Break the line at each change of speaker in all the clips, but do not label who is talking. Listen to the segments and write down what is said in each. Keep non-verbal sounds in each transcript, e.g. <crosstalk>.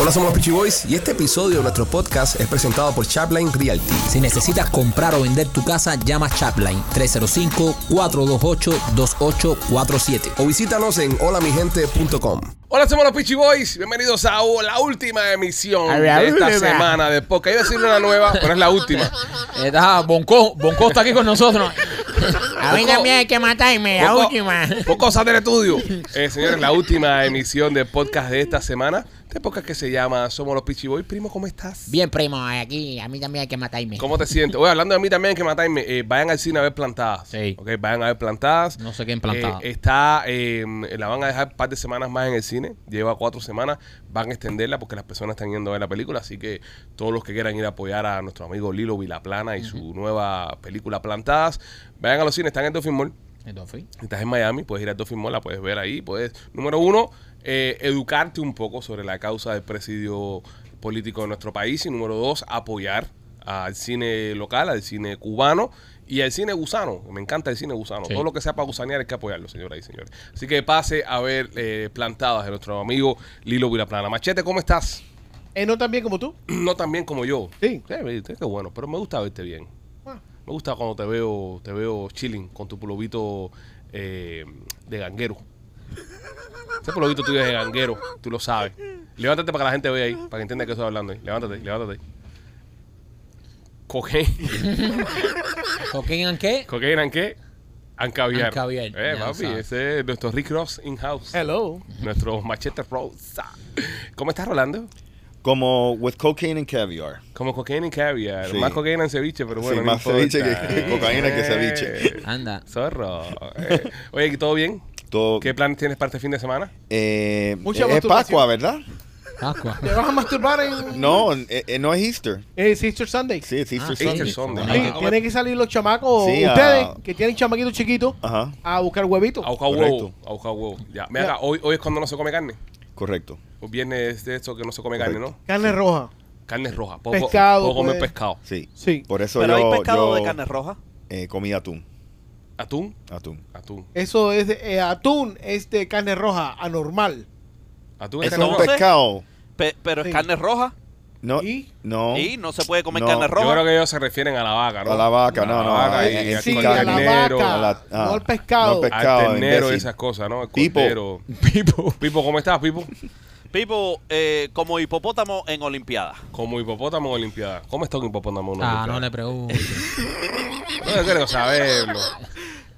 Hola, somos los Peachy Boys y este episodio de nuestro podcast es presentado por Chapline Realty.
Si necesitas comprar o vender tu casa, llama Chapline 305-428-2847.
O visítanos en holamigente.com. Hola, somos los Peachy Boys. Bienvenidos a la última emisión
A la
de esta
última.
semana de podcast. Iba a decir una nueva, pero es la última.
Eh,
Está Bonco, Bonco está aquí con nosotros.
A mí también hay que matarme, <laughs> la
Poco-
última.
Poco sal del estudio. Eh, señores, la última emisión de podcast de esta semana. Este podcast que se llama Somos los Peachy Boys. Primo, ¿cómo estás?
Bien, primo, aquí a mí también hay que matarme.
¿Cómo te sientes? Oye, hablando de mí también, que matarme, eh, vayan al cine a ver plantadas.
Sí.
Ok, vayan a ver plantadas.
No sé qué en Plantadas.
Eh, está, eh, la van a dejar un par de semanas más en el cine. Lleva cuatro semanas. Van a extenderla porque las personas están yendo a ver la película. Así que todos los que quieran ir a apoyar a nuestro amigo Lilo Vilaplana y su nueva película Plantadas, vayan a los cines. Están en Dolphin Mall.
Entonces,
Si estás en Miami, puedes ir a Dolphin Mall, la puedes ver ahí. Puedes, número uno, eh, educarte un poco sobre la causa del presidio político de nuestro país. Y número dos, apoyar al cine local, al cine cubano y al cine gusano. Me encanta el cine gusano.
Sí.
Todo lo que sea para gusanear hay que apoyarlo, señoras y señores. Así que pase a ver eh, plantadas de nuestro amigo Lilo Vilaplana. Machete, ¿cómo estás?
Eh, no tan bien como tú.
<clears throat> No tan bien como yo. Eh,
Sí.
viste, qué bueno, pero me gusta verte bien. Me gusta cuando te veo, te veo chilling con tu pulovito eh, de ganguero. Ese pulovito tuyo es de ganguero, tú lo sabes. Levántate para que la gente vea ahí, para que entienda que estoy hablando ahí. Levántate, levántate. Coge,
¿Coquín en qué?
cocaína en qué? En caviar.
En caviar,
Eh,
ya lo
papi,
sabes.
ese es nuestro Rick Ross in-house.
Hello.
Nuestro machete rosa. ¿Cómo estás, Rolando?
Como with cocaine and caviar.
Como cocaína en caviar.
Sí.
Más cocaína en ceviche, pero bueno.
Sí,
no
más ceviche
importa. <laughs>
que- que cocaína que ceviche.
Eh,
Anda.
Zorro. Eh, Oye, ¿y ¿todo bien?
Todo,
¿Qué planes tienes para este fin de semana?
eh,
Mucha
es Pascua,
masturbación.
¿verdad?
Pascua.
¿Te vas a masturbar en.?
No, eh, eh, no es Easter.
Es Easter Sunday.
Sí, es Easter
Ah,
Sunday.
Easter Sunday.
Sí,
Ah,
tienen que salir los chamacos,
Sí,
ustedes,
ah.
que tienen chamaquitos chiquitos,
Ajá,
a buscar huevitos.
A buscar
Oh, Correcto.
huevo. A buscar huevo. Ya. Mira acá, hoy, hoy es cuando no se come carne.
correcto.
Hoy viernes es de esto que no se come carne, ¿no?
Carne roja.
Carne roja. Puedo,
Pescado,
Puedo comer
puede-
pescado.
Sí.
Sí.
Por eso
Pero
yo,
hay pescado
yo,
de carne roja.
eh, comí atún.
¿Atún?
Atún.
Atún.
Eso es de- eh, atún, es de carne roja, anormal.
¿Atún es carne
Eso es un
roja?
Entonces-
pescado.
Pe- pero es
Sí.
carne roja.
No,
¿Y?
no.
Y no se puede comer
No.
carne
Yo
Yo
roja.
creo que ellos se refieren a la vaca, ¿no?
A la vaca,
A
no,
la
no.
vaca y-
eh,
y
eh,
al
Sí,
carne.
a la
carnero,
vaca,
a la- ah,
no al pescado.
no al
Al
Pescado,
ternero y
imbécil.
esas cosas, ¿no? El
Pipo.
cordero.
Pipo.
Pipo, ¿cómo estás, Pipo?
Pipo, eh, como hipopótamo en Olimpiada.
Como hipopótamo en Olimpiada. ¿Cómo está un hipopótamo en
Ah,
Olimpiada?
no le pregunto.
No quiero saberlo.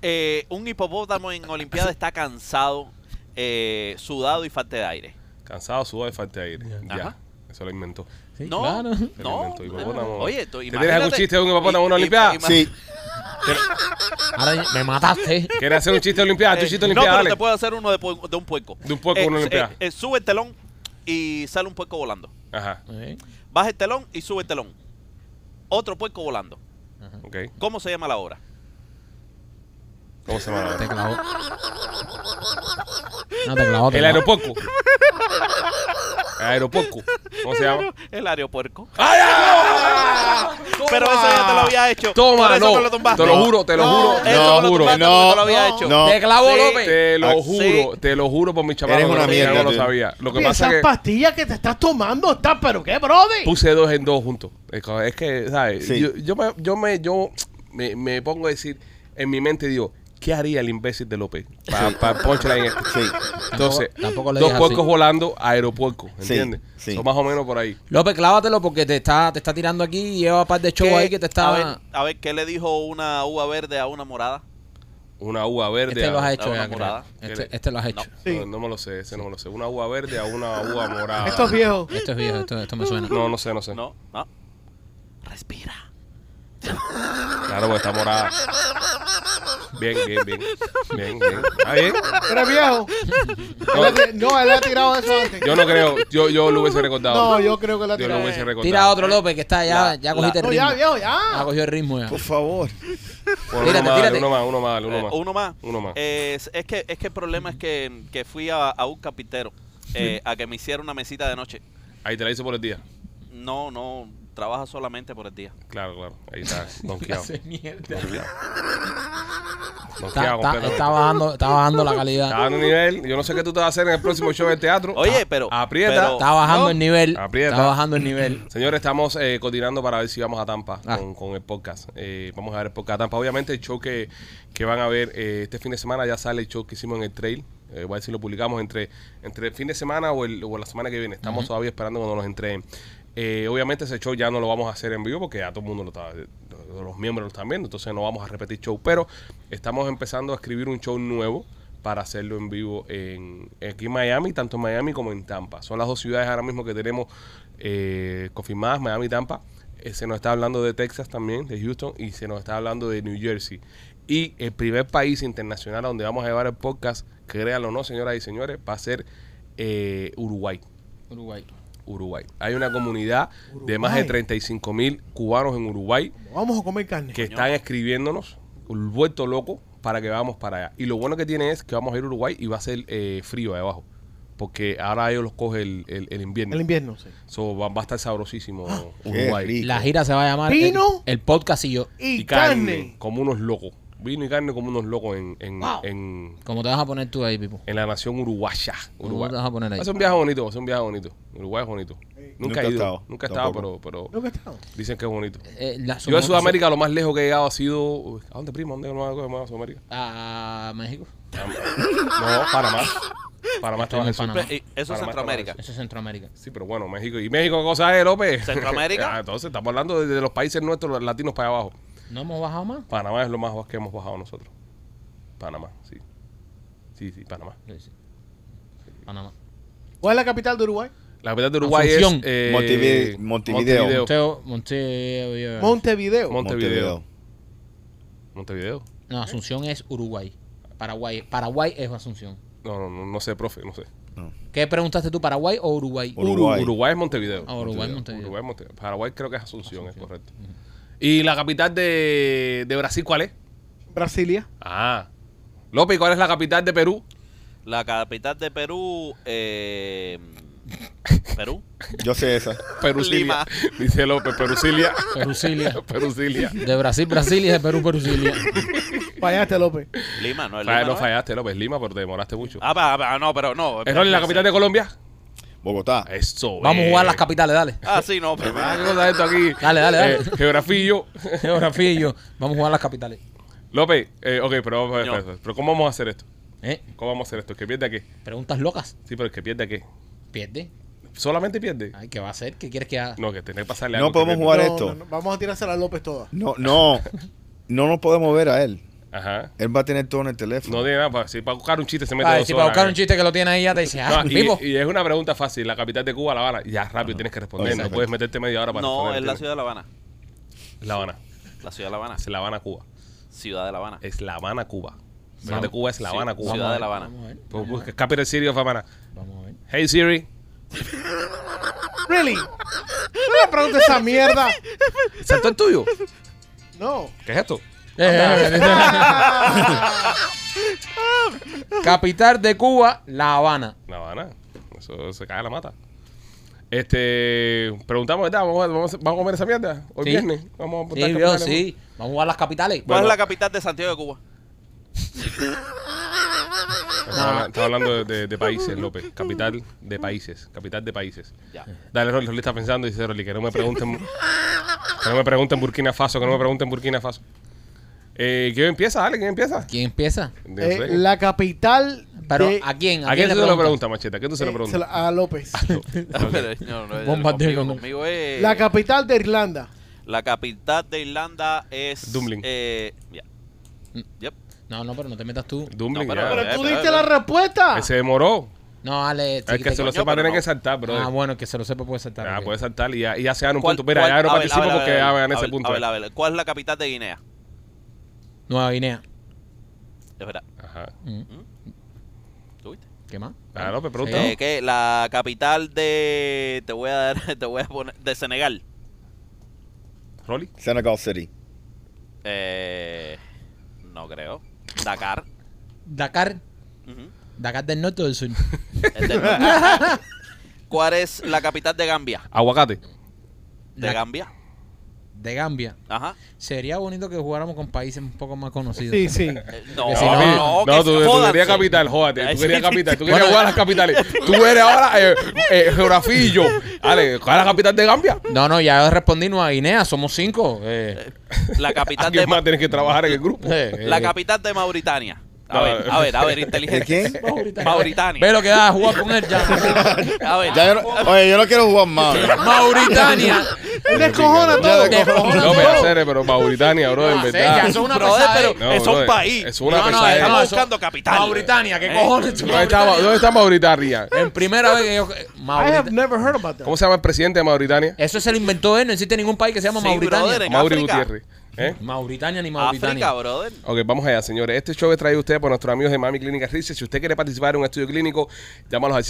Eh, un hipopótamo en Olimpiada está cansado, eh, sudado y falta de aire.
Cansado, sudado y falta de aire. Ya.
Ajá.
Eso lo inventó.
Sí,
no,
claro.
no.
Elemento hipopótamo.
Oye, tú
¿Te
imagínate.
tienes algún chiste de un hipopótamo en una
I- i-
Olimpiada?
ima-
Sí,
Ahora me mataste.
¿Quieres hacer un chiste de Olimpiada? Haz Ah, tu
Eh,
chiste de
no,
Olimpiada,
pero
dale.
te puedo hacer uno de, pu- de un puerco.
De un puerco en una Olimpiada.
eh, eh, sube el telón y sale un puerco volando.
Ajá,
Eh,
Baja el telón y sube el telón. Otro puerco volando.
ok.
¿Cómo se llama la obra?
¿Cómo se llama?
Te clavó. No, te clavó. te
El
clavó.
aeropuerto. El aeropuerto. ¿Cómo se llama?
El aeropuerco.
¡Ay,
<laughs> Pero eso ya te lo había hecho. Por
Toma,
eso me
no.
lo tumbaste.
te lo juro, te lo
No,
juro.
eso
te
me
lo
no,
lo
juro.
tumbaste
no,
porque te lo había hecho.
no.
Te clavó,
Sí.
López.
Te lo
Ah,
juro, te lo juro por mi chaval.
Eres una mierda,
no lo
tío.
sabía. Lo que
Oye,
pasa
esas
es que
pastillas que te estás tomando están, pero qué, brother.
puse dos en dos juntos. Es co- es que, ¿sabes?
Sí.
Yo, yo me, yo, me, yo me, me pongo a decir en mi mente, digo, ¿qué haría el imbécil de López? Para punchline este.
sí.
Entonces,
Tampoco- tampoco le
dos
digas así.
puercos volando a aeropuerco,
Sí,
¿entiendes?
sí.
Son más o menos por ahí.
López, clávatelo porque te está, te está tirando aquí y lleva un par de shows
¿Qué-
ahí que te
a,
está.
ver, a ver, ¿qué le dijo una uva verde a una morada?
Una uva verde.
Este
a-
lo has
la
hecho
una
ya, creo.
morada.
Este, este lo has hecho.
Sí.
no, no me lo sé, ese no me lo sé. Una uva verde a una
<laughs>
uva morada.
Estos viejos.
Esto es viejo, esto, esto me suena.
No, no sé, no sé.
No, no. Respira.
Claro, porque está morada. Bien, bien, bien. Bien, bien. Está bien. <laughs>
¿Eres viejo?
No,
No, él ha tirado eso antes.
yo no creo. Yo, yo lo hubiese recordado.
No, yo creo que la ha
Yo lo
tirado.
hubiese recordado.
Tira otro, López, que está ya,
La-
ya cogiste
No,
el ritmo.
ya, viejo,
Ah,
Ya
ya.
cogió el ritmo ya.
Por favor.
Bueno,
Tírate,
uno, más, dale,
tírate.
uno más, uno más, dale, uno
Eh,
más.
uno más.
Uno más.
Eh, es, es que, es que el problema es que, que fui a, a un carpintero eh, a que me hiciera una mesita de noche.
Ahí te la hice por el día.
No, no, trabaja solamente por el día.
<laughs>
Claro, claro. Ahí está. Donkeado.
Hace mierda.
Está,
Noqueado
está-
completamente.
está bajando, está bajando la
Está
calidad.
dando nivel. Yo no sé qué tú te vas a hacer en el próximo show del teatro.
Oye,
Ah,
pero-
Aprieta.
pero-
Está bajando el nivel.
Aprieta.
Está bajando el nivel.
Señores, estamos eh, coordinando para ver si vamos a Tampa
Ah.
con, con el podcast. Eh, vamos a ver el podcast de Tampa. Obviamente, el show que, que van a ver eh, este fin de semana ya sale el show que hicimos en el trail. Eh, voy a ver si lo publicamos entre, entre el fin de semana o, el- o la semana que viene. Estamos todavía esperando cuando nos entreguen. Eh, obviamente, ese show ya no lo vamos a hacer en vivo porque ya todo el mundo lo está, lo- los miembros lo están viendo, entonces no vamos a repetir show. Pero estamos empezando a escribir un show nuevo para hacerlo en vivo en, aquí en Miami, tanto en Miami como en Tampa. Son las dos ciudades ahora mismo que tenemos eh, confirmadas, Miami y Tampa. Eh, se nos está hablando de Texas también, de Houston, y se nos está hablando de New Jersey. Y el primer país internacional a donde vamos a llevar el podcast, créanlo o no, señoras y señores, va a ser eh, Uruguay.
Uruguay.
Uruguay. Hay una comunidad de más de
Uruguay.
35 mil cubanos en Uruguay
Vamos a comer carne.
que están escribiéndonos, un vuelto loco, para que vamos para allá. Y lo bueno que tiene es que vamos a ir a Uruguay y va a ser eh, frío ahí abajo. Porque ahora ellos los coge el, el- el invierno.
El Ah, invierno, sí.
So, va, va a estar sabrosísimo
Qué
Uruguay.
rico.
La gira se va a llamar el,
Pino.
el podcast y yo.
Y, carne.
Como unos locos. Vino y carne como unos locos en, en,
Wow.
en,
¿Cómo te vas a poner tú ahí, Pipo?
en la nación uruguaya.
¿Cómo
Uruguay.
te vas a poner ahí?
Va a ser un viaje bonito, va a ser un viaje bonito. Uruguay es bonito. Nunca,
Nunca
he
he
ido.
estado,
Nunca he estado, pero,
tampoco.
pero
Lo que estaba.
dicen que es bonito.
Eh, la-
Yo de
somos-
Sudamérica lo más lejos que he llegado ha sido... ¿A dónde, primo? ¿A dónde no me a Sudamérica?
A Ah, México.
No, Panamá. Panamá está más al
Ah.
sur.
Panamá.
Pe- Pues, y Eso es
Panamá
Centroamérica.
Eso es Centroamérica.
Sí, pero bueno, México. ¿Y México qué cosa es, López?
¿Centroamérica?
<laughs> Ah, Entonces, estamos hablando de, de los países nuestros, los latinos para abajo.
¿No hemos bajado más?
Panamá es lo más bajo que hemos bajado nosotros. Panamá, sí. Sí, sí, Panamá.
Sí, sí. Panamá.
¿Cuál es la capital de Uruguay?
La capital de Uruguay
Asunción.
es... eh,
Montevi- Montevideo.
Monteo, Montevideo.
Montevideo.
Mon- Montevideo.
Montevideo.
Montevideo.
No, Asunción es Uruguay. Paraguay. Paraguay es Asunción.
No, no, no, no sé, profe, no sé.
¿Qué preguntaste tú, Paraguay o Uruguay?
Uruguay.
Uruguay es Montevideo.
Ah, Uruguay, Montevideo.
Uruguay es Montevideo. Paraguay creo que es Asunción, es correcto. ¿Y la capital de, de Brasil cuál es?
Brasilia.
Ah. López, ¿cuál es la capital de Perú?
La capital de Perú, eh, Perú.
Yo sé esa.
Perusilia.
Lima.
<laughs> Dice López,
<laughs>
Perusilia.
Perusilia.
Perusilia.
De Brasil, Brasil y de Perú, Perusilia.
Fallaste, López.
Lima, no es Lima.
Falla- no
¿no?
fallaste, López Lima, pero te demoraste mucho.
Ah, pa- pa- no, pero no.
¿Es Rolly la capital de Colombia?
Bogotá.
Eso.
Vamos a
eh.
jugar las capitales, dale. <laughs>
Ah, sí,
<laughs>
no, pero.
Ah, ¿qué cosa es esto aquí?
Dale, dale, dale.
Eh, geografillo.
Geografía y yo. Vamos a jugar las capitales.
<laughs> López, eh, ok, pero, pero,
Yo.
pero- pero ¿cómo vamos a hacer esto?
¿Eh?
¿Cómo vamos a hacer esto? ¿El que pierde a qué?
Preguntas locas.
Sí, pero el que pierde a qué.
Pierde.
¿Solamente pierde?
Ay, ¿qué va a hacer? ¿Qué quieres que haga?
No, que tener que pasarle
No
algo que
podemos
pierda.
jugar esto.
Vamos a tirarse a López toda.
No, no. No nos podemos ver a él.
Ajá.
Él va a tener todo en el teléfono.
No tiene nada para, si para buscar un chiste se mete
Ay,
dos
Ah, si para
horas,
buscar
eh.
un chiste que lo tiene ahí ya te dice, ah,
No,
Pipo.
y, y es una pregunta fácil. La capital de Cuba, La Habana. Ya rápido tienes que responder. No
Exacto.
puedes meterte media hora para
No,
responder,
es la
¿entiendes?
ciudad de La Habana.
La Habana.
La ciudad de La Habana.
Es La Habana, Cuba.
Ciudad de La Habana.
Es La Habana, Cuba. Ciudad de Cuba es La Habana,
Ci-
Cuba.
Ciudad de La
Vamos a
Habana.
ver.
Pues busca Capital City of Havana.
Vamos a ver.
Hey Siri.
¿Really? No le preguntes esa mierda.
¿Saltó el
<laughs>
tuyo?
No.
¿Qué es esto?
<laughs> Capital de Cuba, La Habana.
La Habana. Eso se cae la mata. Este. Preguntamos, ¿verdad? ¿Vamos a, vamos a- vamos a comer esa mierda? Hoy
Sí.
viernes. Vamos a apuntar
Sí, yo,
capitales.
sí. Vamos a jugar las capitales.
¿Cuál
Bueno.
es la capital de Santiago de Cuba?
Estaba habla- estaba hablando de, de- de países, López. Capital de países. Capital de países.
Ya.
<laughs>
<laughs>
Dale, Rolly, Rolly está pensando y dice Rolly que no me pregunten. Que no me pregunten Burkina Faso, que no me pregunten Burkina Faso. Eh, ¿Quién empieza? Dale, ¿quién empieza?
¿Quién empieza?
No
Eh,
sé.
la capital
Pero,
de...
¿a quién?
¿A quién
le
tú se lo
preguntas?
preguntas, Macheta? ¿A quién tú se lo
eh,
preguntas?
se la- a
<laughs>
López.
Eh.
Pero, no, no,
Bombardeo
conmigo,
con-
conmigo es.
la capital de Irlanda.
La capital de Irlanda es.
Dublín. Mm.
Eh, ya. Yep.
No, no, pero no te metas tú.
Dublín,
<laughs> No, pero-
ya.
Pero tú
eh,
diste
eh,
la
eh.
respuesta.
Él se demoró.
No, Ale.
El que
chiquita,
se lo
coño,
sepa
pero
tiene
no.
que saltar, bro.
Ah, bueno, el que se lo sepa puede saltar.
Ah,
ok.
puede saltar y ya, y ya se dan un
¿Cuál-
punto. Mira,
cuál-
ya no
a ver, a
participo
ver, a
porque
ver,
ya me gané
a
ese
ver,
punto. eh.
A ver, a ver, ¿cuál es la capital de Guinea?
Nueva Guinea.
Es verdad.
Ajá.
¿Tuviste?
¿Qué más?
Ah, no, pero pregunta.
Eh, ¿qué? La capital de. Te voy a dar. <laughs> Te voy a poner. De Senegal.
Rolly.
Senegal City.
Eh, no creo. Dakar.
Dakar.
Ujú.
Dakar del norte o del sur.
Es del norte. ¿Cuál es la capital de Gambia?
Aguacate.
¿De
La-
Gambia?
de Gambia,
Ajá.
sería bonito que jugáramos con países un poco más conocidos.
Sí, sí.
Eh, No,
Que si
no,
no,
que
no, tú, tú
jódanse.
querías capital, jódate.
<laughs>
Tú
Ay,
querías
sí.
capital, tú querías jugar a las capitales. Tú eres ahora eh, eh, geografillo. Dale, ¿cuál es la capital de Gambia?
No, no, ya respondí Nueva Guinea, somos cinco. eh,
La capital de
Alguien más tienes que trabajar en el grupo.
eh, eh.
<laughs> La capital de Mauritania. A
No,
ver,
eh.
a ver, a ver,
¿De
inteligente.
quién?
eh,
Mauritania.
Ve lo que da a jugar con él
<laughs>
ya.
A ver.
Ya yo no- oye, yo no quiero jugar más. bro.
Mauritania.
Él descojona
Ya
todo.
descojona
No, me hacer, pero Mauritania, bro, en
No,
verdad.
sí, ya, eso es una
Brother,
pesadez.
pero
No,
es un
brother,
país.
Es una
No, no,
pesadez.
Estamos
Eso-
buscando capital.
Mauritania, ¿qué
Eh.
cojones? tú?
¿Dónde está, Ma- ¿Dónde está Mauritania?
En primera vez que yo.
I have
Mauritania.
never heard about that.
¿Cómo se llama el presidente de Mauritania?
Eso se lo inventó él, no existe ningún país que se llama
Sí,
Mauritania.
brother, en
Mauri
África.
Gutiérrez. ¿Eh?
Mauritania ni Mauritania.
África, brother.
Ok, vamos allá, señores. Este show es traído a ustedes por nuestros amigos de Mami Clínica Research. Si usted quiere participar en un estudio clínico, llámalos al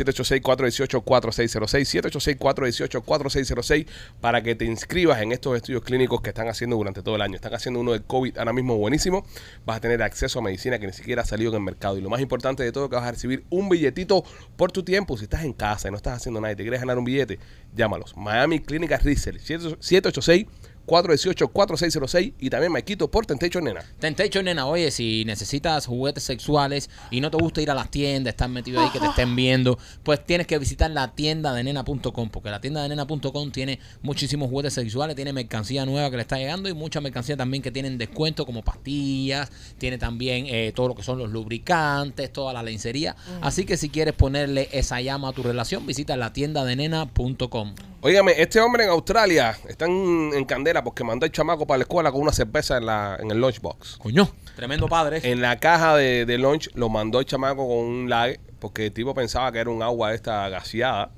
786-418-4606, 786-418-4606 para que te inscribas en estos estudios clínicos que están haciendo durante todo el año. Están haciendo uno de COVID ahora mismo buenísimo. Vas a tener acceso a medicina que ni siquiera ha salido en el mercado. Y lo más importante de todo, que vas a recibir un billetito por tu tiempo. Si estás en casa y no estás haciendo nada y te quieres ganar un billete, llámalos. Miami Clínica Research, 786 418-4606 y también me quito por Tentecho Nena.
Tentecho, nena, oye, si necesitas juguetes sexuales y no te gusta ir a las tiendas, estar metido ahí que te estén viendo, pues tienes que visitar la tienda de nena.com, porque la tienda de nena.com tiene muchísimos juguetes sexuales, tiene mercancía nueva que le está llegando y mucha mercancía también que tienen descuento como pastillas, tiene también eh, todo lo que son los lubricantes, toda la lencería.
Mm.
Así que si quieres ponerle esa llama a tu relación, visita la tienda de nena.com.
Óigame, este hombre en Australia está en, en candela porque mandó al chamaco para la escuela con una cerveza en, la, en el lunchbox.
Coño, tremendo padre.
En la caja de, de lunch lo mandó el chamaco con un lag porque el tipo pensaba que era un agua esta gaseada.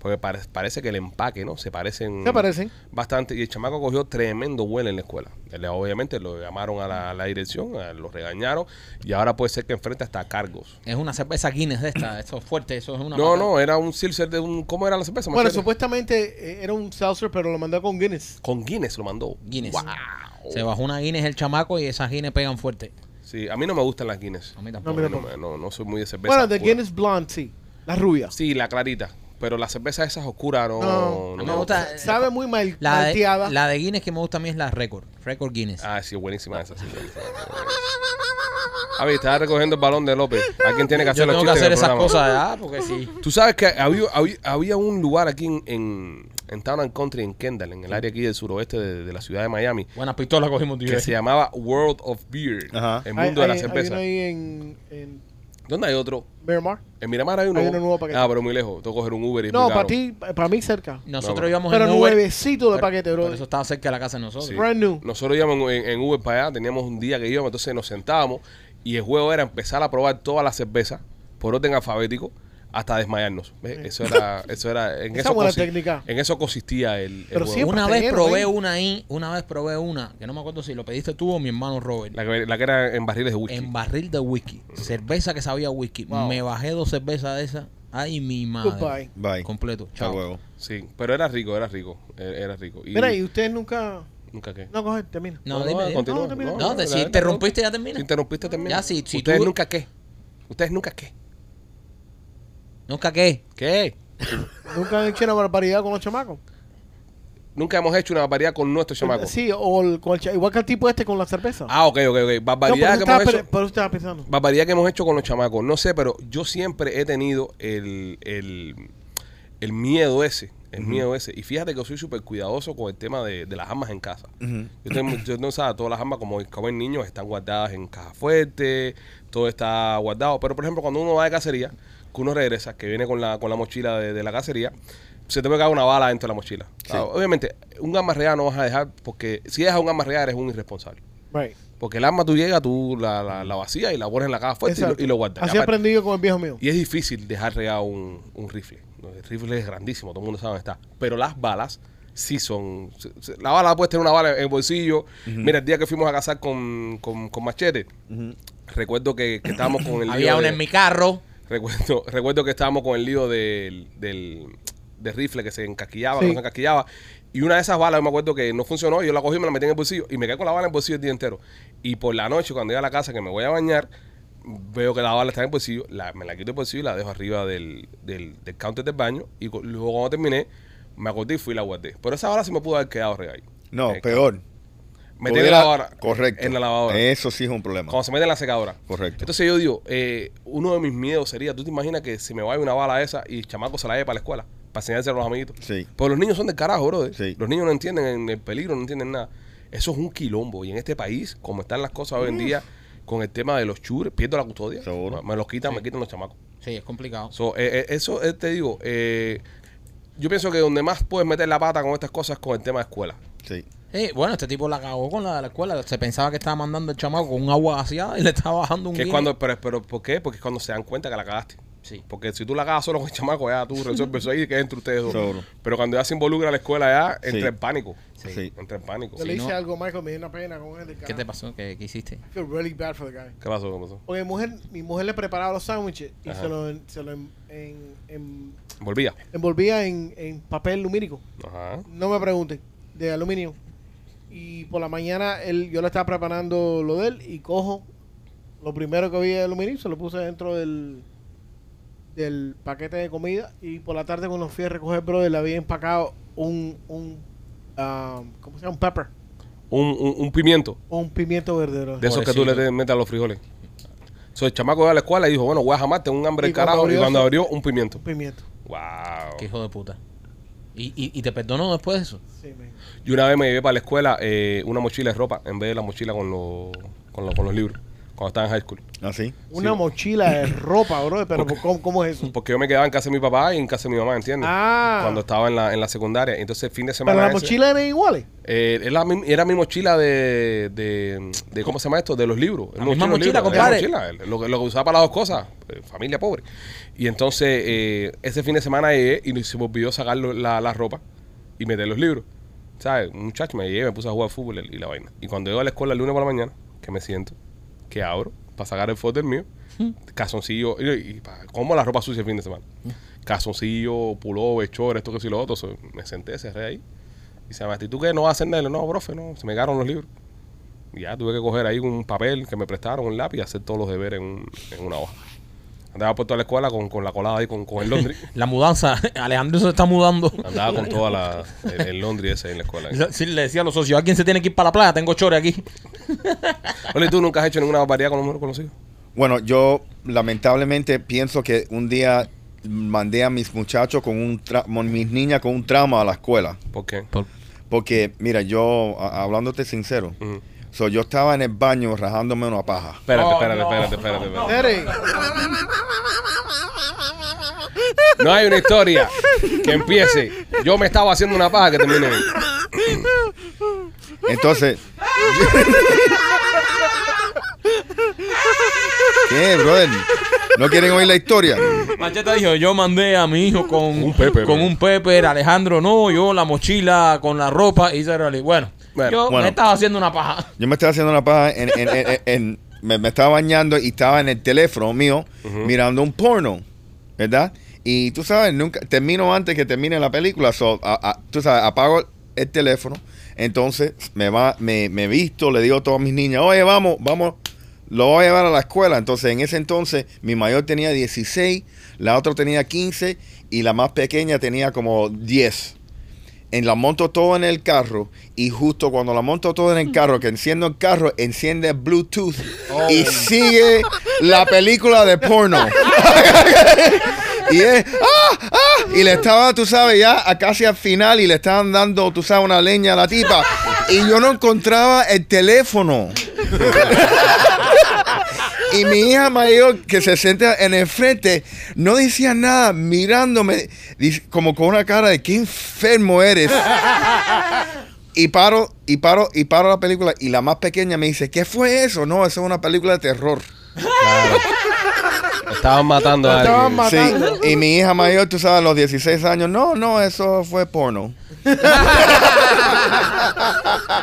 Porque pare- parece que el empaque, ¿no? Se parecen.
Se parecen.
Bastante. Y el chamaco cogió tremendo vuelo en la escuela. Le- Obviamente lo llamaron a la, a la dirección, a- lo regañaron y ahora puede ser que enfrente hasta cargos.
Es una cerveza Guinness de esta, eso es fuerte, eso es una...
No,
patada.
no, era un silcer de un. ¿Cómo era la cerveza?
Bueno,
Machete?
supuestamente eh, era un seltzer, pero lo mandó con Guinness.
Con Guinness lo mandó.
Guinness. Se bajó una Guinness el chamaco y esas Guinness pegan fuerte.
Sí, a mí no me gustan las Guinness.
A mí
No,
tampoco.
mira,
No,
por-
me- no, no soy muy de cerveza.
bueno, de
oscura.
Guinness Blonde, sí. La rubia.
Sí, la clarita. Pero la cerveza esas oscuras no,
No,
no
a mí me gusta eh,
Sabe muy mal,
la, de,
malteada.
la de Guinness que me gusta a mí es la Record. Record Guinness.
Ah, sí, buenísima esa. Sí, buenísima. A ver, estaba recogiendo el balón de López. ¿A quién tiene que
Yo
hacer los
tengo que hacer
chistes del
esas
programa?
cosas, ah, porque sí.
Tú sabes que había, había, había un lugar aquí en, en, en Town and Country, en Kendall, en el área aquí del suroeste de, de la ciudad de Miami,
Buenas pistolas cogimos, tío.
que se llamaba World of Beer,
Ajá.
el
Hay-
mundo de la
hay- Hay
cerveza.
uno ahí en, en
¿Dónde hay otro?
Miramar.
En Miramar hay uno.
Hay uno nuevo para que-
Ah, pero muy lejos. Tengo que coger un Uber y es
No,
muy
para
caro.
ti, para mí cerca.
Nosotros
No,
íbamos
Pero
en Uber.
nuevecito de
pero-
paquete, bro.
pero eso estaba cerca de la casa de nosotros.
Sí.
Brand new.
Nosotros íbamos en, en Uber para allá, teníamos un día que íbamos, entonces nos sentábamos y el juego era empezar a probar todas las cervezas por orden alfabético hasta desmayarnos. ¿ves? Eso
<laughs>
era, eso era, en
Esa
eso
buena
consi-
técnica.
En eso consistía el, el
Pero
juego.
siempre-
Una
Siempre
vez
está
probé
lleno, ¿eh?
una ahí, una vez probé una, que no me acuerdo si lo pediste tú o mi hermano Robert.
La que, la que era en barriles de whisky. Mm.
en barril de whisky. Cerveza que sabía a whisky. Me bajé dos cervezas de esas. Ay, mi madre.
Goodbye.
Bye.
Completo.
Hasta
Chao.
luego.
Sí, pero era rico, era rico, era era rico. Y
Mira, y ustedes nunca.
nunca qué.
No, coge, termina.
No, dime, dime.
continúa.
No, termina.
No, te-
la-
si
la-
interrumpiste, ya termina.
Si interrumpiste también.
Ya, si- si
Ustedes
tú-
nunca qué. Ustedes nunca qué.
Nunca qué.
¿Qué?
Nunca han hecho una barbaridad con los chamacos.
Nunca hemos hecho una barbaridad con nuestros chamacos.
Sí, o el- con el cha- igual que el tipo este con la cerveza.
Ah, ok, ok, ok.
No, pero,
Barbaridad
usted
que hemos
estaba,
hecho.
pe- pero usted estaba pensando.
barbaridad que hemos hecho con los chamacos. No sé, pero yo siempre he tenido el, el, el miedo ese. El miedo ese. Y fíjate que yo soy súper cuidadoso con el tema de, de las armas en casa. Yo, tengo, yo no sabía, todas las armas, como, como en niños, están guardadas en caja fuerte, todo está guardado. Pero, por ejemplo, cuando uno va de cacería, que uno regresa, que viene con la, con la mochila de, de la cacería, se te puede caer una bala dentro de la mochila. O sea, obviamente, un arma real no vas a dejar, porque si dejas un arma real eres un irresponsable.
Right.
Porque el arma tú llegas, tú la, la, la vacías y la pones en la caja fuerte y lo,
Exacto.
y lo guardas.
Así
Aparte-
aprendí yo con el viejo mío.
y es difícil dejar regado un, un rifle. El rifle es grandísimo, todo el mundo sabe dónde está. Pero las balas sí son... se- se- La bala puedes tener una bala en el bolsillo. Mira, el día que fuimos a cazar con, con, con machete, recuerdo que, que estábamos
<coughs>
con el...
Había
lío
una
de-
en mi carro.
Recuerdo, <laughs> recuerdo que estábamos con el lío del, del, del rifle que se encasquillaba,
Sí.
que no se encasquillaba. Y una de esas balas, yo me acuerdo que no funcionó, yo la cogí y me la metí en el bolsillo y me quedé con la bala en el bolsillo el día entero. Y por la noche, cuando llegué a la casa que me voy a bañar, veo que la bala está en el bolsillo, la- me la quito del bolsillo y la dejo arriba del, del, del counter del baño. Y cu- luego cuando terminé, me acordé y fui y la guardé. Pero esa bala sí me pudo haber quedado real.
No,
Eh,
peor.
Meter en la
Pudiera-
lavadora.
Correcto. Eh,
En la lavadora.
Eso sí es un problema.
Cuando se mete en la secadora.
Correcto.
Entonces yo digo, eh, uno de mis miedos sería, ¿tú te imaginas que se me vaya una bala esa y el chamaco se la lleve para la escuela? Para enseñársela a los amiguitos.
Sí.
Pero los niños son del carajo, bro.
Sí.
Los niños no entienden el peligro, no entienden nada. Eso es un quilombo. Y en este país, como están las cosas hoy en día, con el tema de los chures, pierdo la custodia.
Seguro.
Me los quitan, me quitan los chamacos.
Sí, es complicado.
So, eh, eh, eso eh, te digo, eh, yo pienso que donde más puedes meter la pata con estas cosas es con el tema de escuela.
Sí.
Eh, bueno, este tipo la cagó con la de la escuela. Se pensaba que estaba mandando el chamaco con un agua vaciada y le estaba bajando un
Que es
guineo.
cuando, pero, pero ¿por qué? Porque es cuando se dan cuenta que la cagaste.
Sí.
Porque si tú la cagas solo con el chamaco, ya tú resuelves eso ahí y queda entre ustedes dos.
Seguro.
Pero cuando ya se involucra la escuela, ya entra
Sí.
en pánico.
Sí.
Entra en pánico.
Yo le
Sí.
hice algo a Michael, me dio una pena con él.
¿Qué te pasó? ¿Qué, qué hiciste?
I feel really bad for the guy.
¿Qué pasó? ¿Qué pasó?
Porque mi mujer, mi mujer le preparaba los sándwiches y
Ajá.
se lo, en- se lo en- en- en-
Volvía.
envolvía en, en papel lumínico.
Ajá.
No me pregunten, de aluminio. Y por la mañana él, yo le estaba preparando lo de él y cojo lo primero que vi de aluminio, se lo puse dentro del, del paquete de comida. Y por la tarde cuando fui a recoger, brother, le había empacado un, un ah, ¿cómo se llama? Un pepper,
Un, un, un pimiento
un pimiento verde, brother.
de esos que tú le te- metes a los frijoles. So, el chamaco iba a la escuela y dijo, bueno, voy a jamarte un hambre
Y
del carajo.
cuando
y
abrió
cuando
eso-
abrió, un pimiento.
Un pimiento.
Wow.
Qué hijo de puta. ¿Y, y, y te perdonó después de eso?
Sí, man.
Yo una vez me llevé para la escuela eh, una mochila de ropa en vez de la mochila con los, con los, con los libros, cuando estaba en high school.
Así.
Una mochila de ropa, brother, pero ¿cómo, cómo es eso?
Porque yo me quedaba en casa de mi papá y en casa de mi mamá, ¿entiendes?
Ah.
Cuando estaba en la, en la secundaria. Entonces, el fin de
Pero
semana.
las
ese-
mochilas eran iguales.
Eh, era, mi, era mi mochila de, de, de- ¿Cómo se llama esto? De los libros. Era
La misma
de los
mochila,
libros. Era
compadre.
mochila, el- lo, que- lo que usaba para las dos cosas. eh, Familia pobre. Y entonces, eh, ese fin de semana llegué y se me olvidó sacar lo- la, la ropa y meter los libros. ¿Sabes? Un muchacho me llevé, me puse a jugar fútbol y la vaina. Y cuando llego a la escuela el lunes por la mañana, que me siento, que abro para sacar el folder mío,
Hmm.
calzoncillo, y, y pa- como la ropa sucia el fin de semana. Calzoncillo, pullover, chores, esto que sí lo otro. so, me senté, cerré ahí. Y se llama, ¿y tú qué? ¿No vas a hacer nada? Y yo, No, profe, no. Se me quedaron los libros. Y ya tuve que coger ahí un papel que me prestaron, un lápiz, y hacer todos los deberes en, un- en una hoja. Andaba por toda la escuela con, con la colada ahí, con, con el Londres.
La mudanza. <laughs> Alejandro se está
<laughs>
mudando.
Andaba con toda la... El, el Londres ese ahí en la escuela.
Sí, le decía a los socios, ¿alguien se tiene que ir para la playa? Tengo chores aquí.
Oye, ¿tú nunca has hecho ninguna barbaridad con los, con los hijos?
Bueno, yo lamentablemente pienso que un día mandé a mis muchachos con un tra- mon- mis niñas con un trauma a la escuela.
¿Por qué?
Porque, mira, yo, a- hablándote sincero,
Ujú.
so, yo estaba en el baño rajándome una paja.
Espérate, espérate, espérate, espérate, espérate.
Nere,
No hay una historia que empiece. Yo me estaba haciendo una paja que termine. bien.
Entonces. ¿Qué, brother? ¿No quieren oír la historia?
Macheta dijo, yo mandé a mi hijo con
Un pepper,
con
bro.
un pepper, Alejandro no, yo la mochila con la ropa y se realizó. Bueno,
Bueno,
yo
bueno.
me estaba haciendo una paja.
Yo me estaba haciendo una paja en. en- en- en- en- me, me estaba bañando y estaba en el teléfono mío mirando un porno, ¿verdad? Y tú sabes, nunca termino antes que termine la película. so, a- a- tú sabes, apago el teléfono. Entonces me va, me, me visto, le digo a todas mis niñas, oye, vamos, vamos, lo voy a llevar a la escuela. Entonces, en ese entonces, mi mayor tenía 16, la otra tenía 15 y la más pequeña tenía como 10 en la monto todo en el carro y justo cuando la monto todo en el carro, que enciendo el carro, enciende el Bluetooth y sigue la película de porno. y es, ¡ah! ¡ah! Y le estaba, tú sabes, ya a casi al final y le estaban dando, tú sabes, una leña a la tipa. Y yo no encontraba el teléfono. Y mi hija mayor, que se sienta en el frente, no decía nada, mirándome, dice- como con una cara de qué enfermo eres. Y paro, y paro, y paro la película. Y la más pequeña me dice, ¿qué fue eso? No, eso es una película de terror.
Estaban matando a
estaban
alguien.
Sí.
matando.
Y mi hija mayor, tú sabes, a los 16 años, no, no, eso fue porno.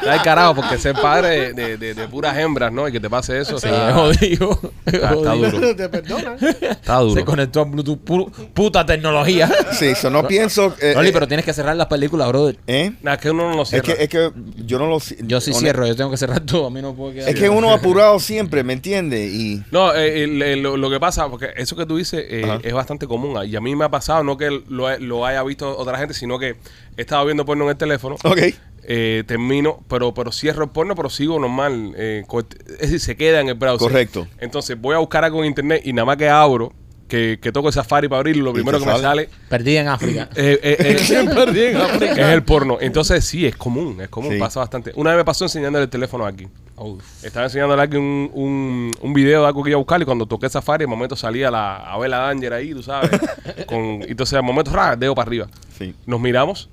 Ay, carajo, porque ser padre de, de- de- de puras hembras, ¿no? Y que te pase eso.
Sí, <laughs>
está-
jodido.
Ah. está- está duro.
<laughs> Te perdonan.
Está duro.
Se conectó a Bluetooth, pu- puta tecnología.
Sí, eso no pienso. eh,
Rolly,
eh,
pero tienes que cerrar las películas, brother.
¿eh?
Nah, es que uno no lo
Es
cierra.
que, es que yo no lo. si-
Yo sí
hone-
cierro, yo tengo que cerrar todo, a mí no puedo quedar.
Es que uno apurado siempre, ¿me entiendes? Y.
No, eh, el- el- lo, lo que pasa, porque eso que tú dices eh,
Ajá.
es bastante común. Y a mí me ha pasado, no que lo, lo haya visto otra gente, sino que he estado viendo porno en el teléfono.
Ok.
eh, termino, pero, pero cierro el porno, pero sigo normal. eh, co- es decir, se queda en el browser.
Correcto.
Entonces voy a buscar algo en internet y nada más que abro, que, que toco el Safari para abrirlo, lo
Y
primero
te
que me
sale.
sale
Perdida en
<laughs>
África.
eh, eh,
<laughs>
eh,
Perdí en
<laughs>
África.
es el porno. Entonces sí, es común, es común,
Sí.
pasa bastante. Una vez me pasó enseñándole el teléfono a alguien.
Uf.
Estaba enseñándole a alguien un, un, un video de algo que iba a buscar y cuando toqué Safari, al momento salía la Abela Danger ahí, tú sabes. con, entonces al momento, ra, dedo para arriba.
Sí.
Nos miramos,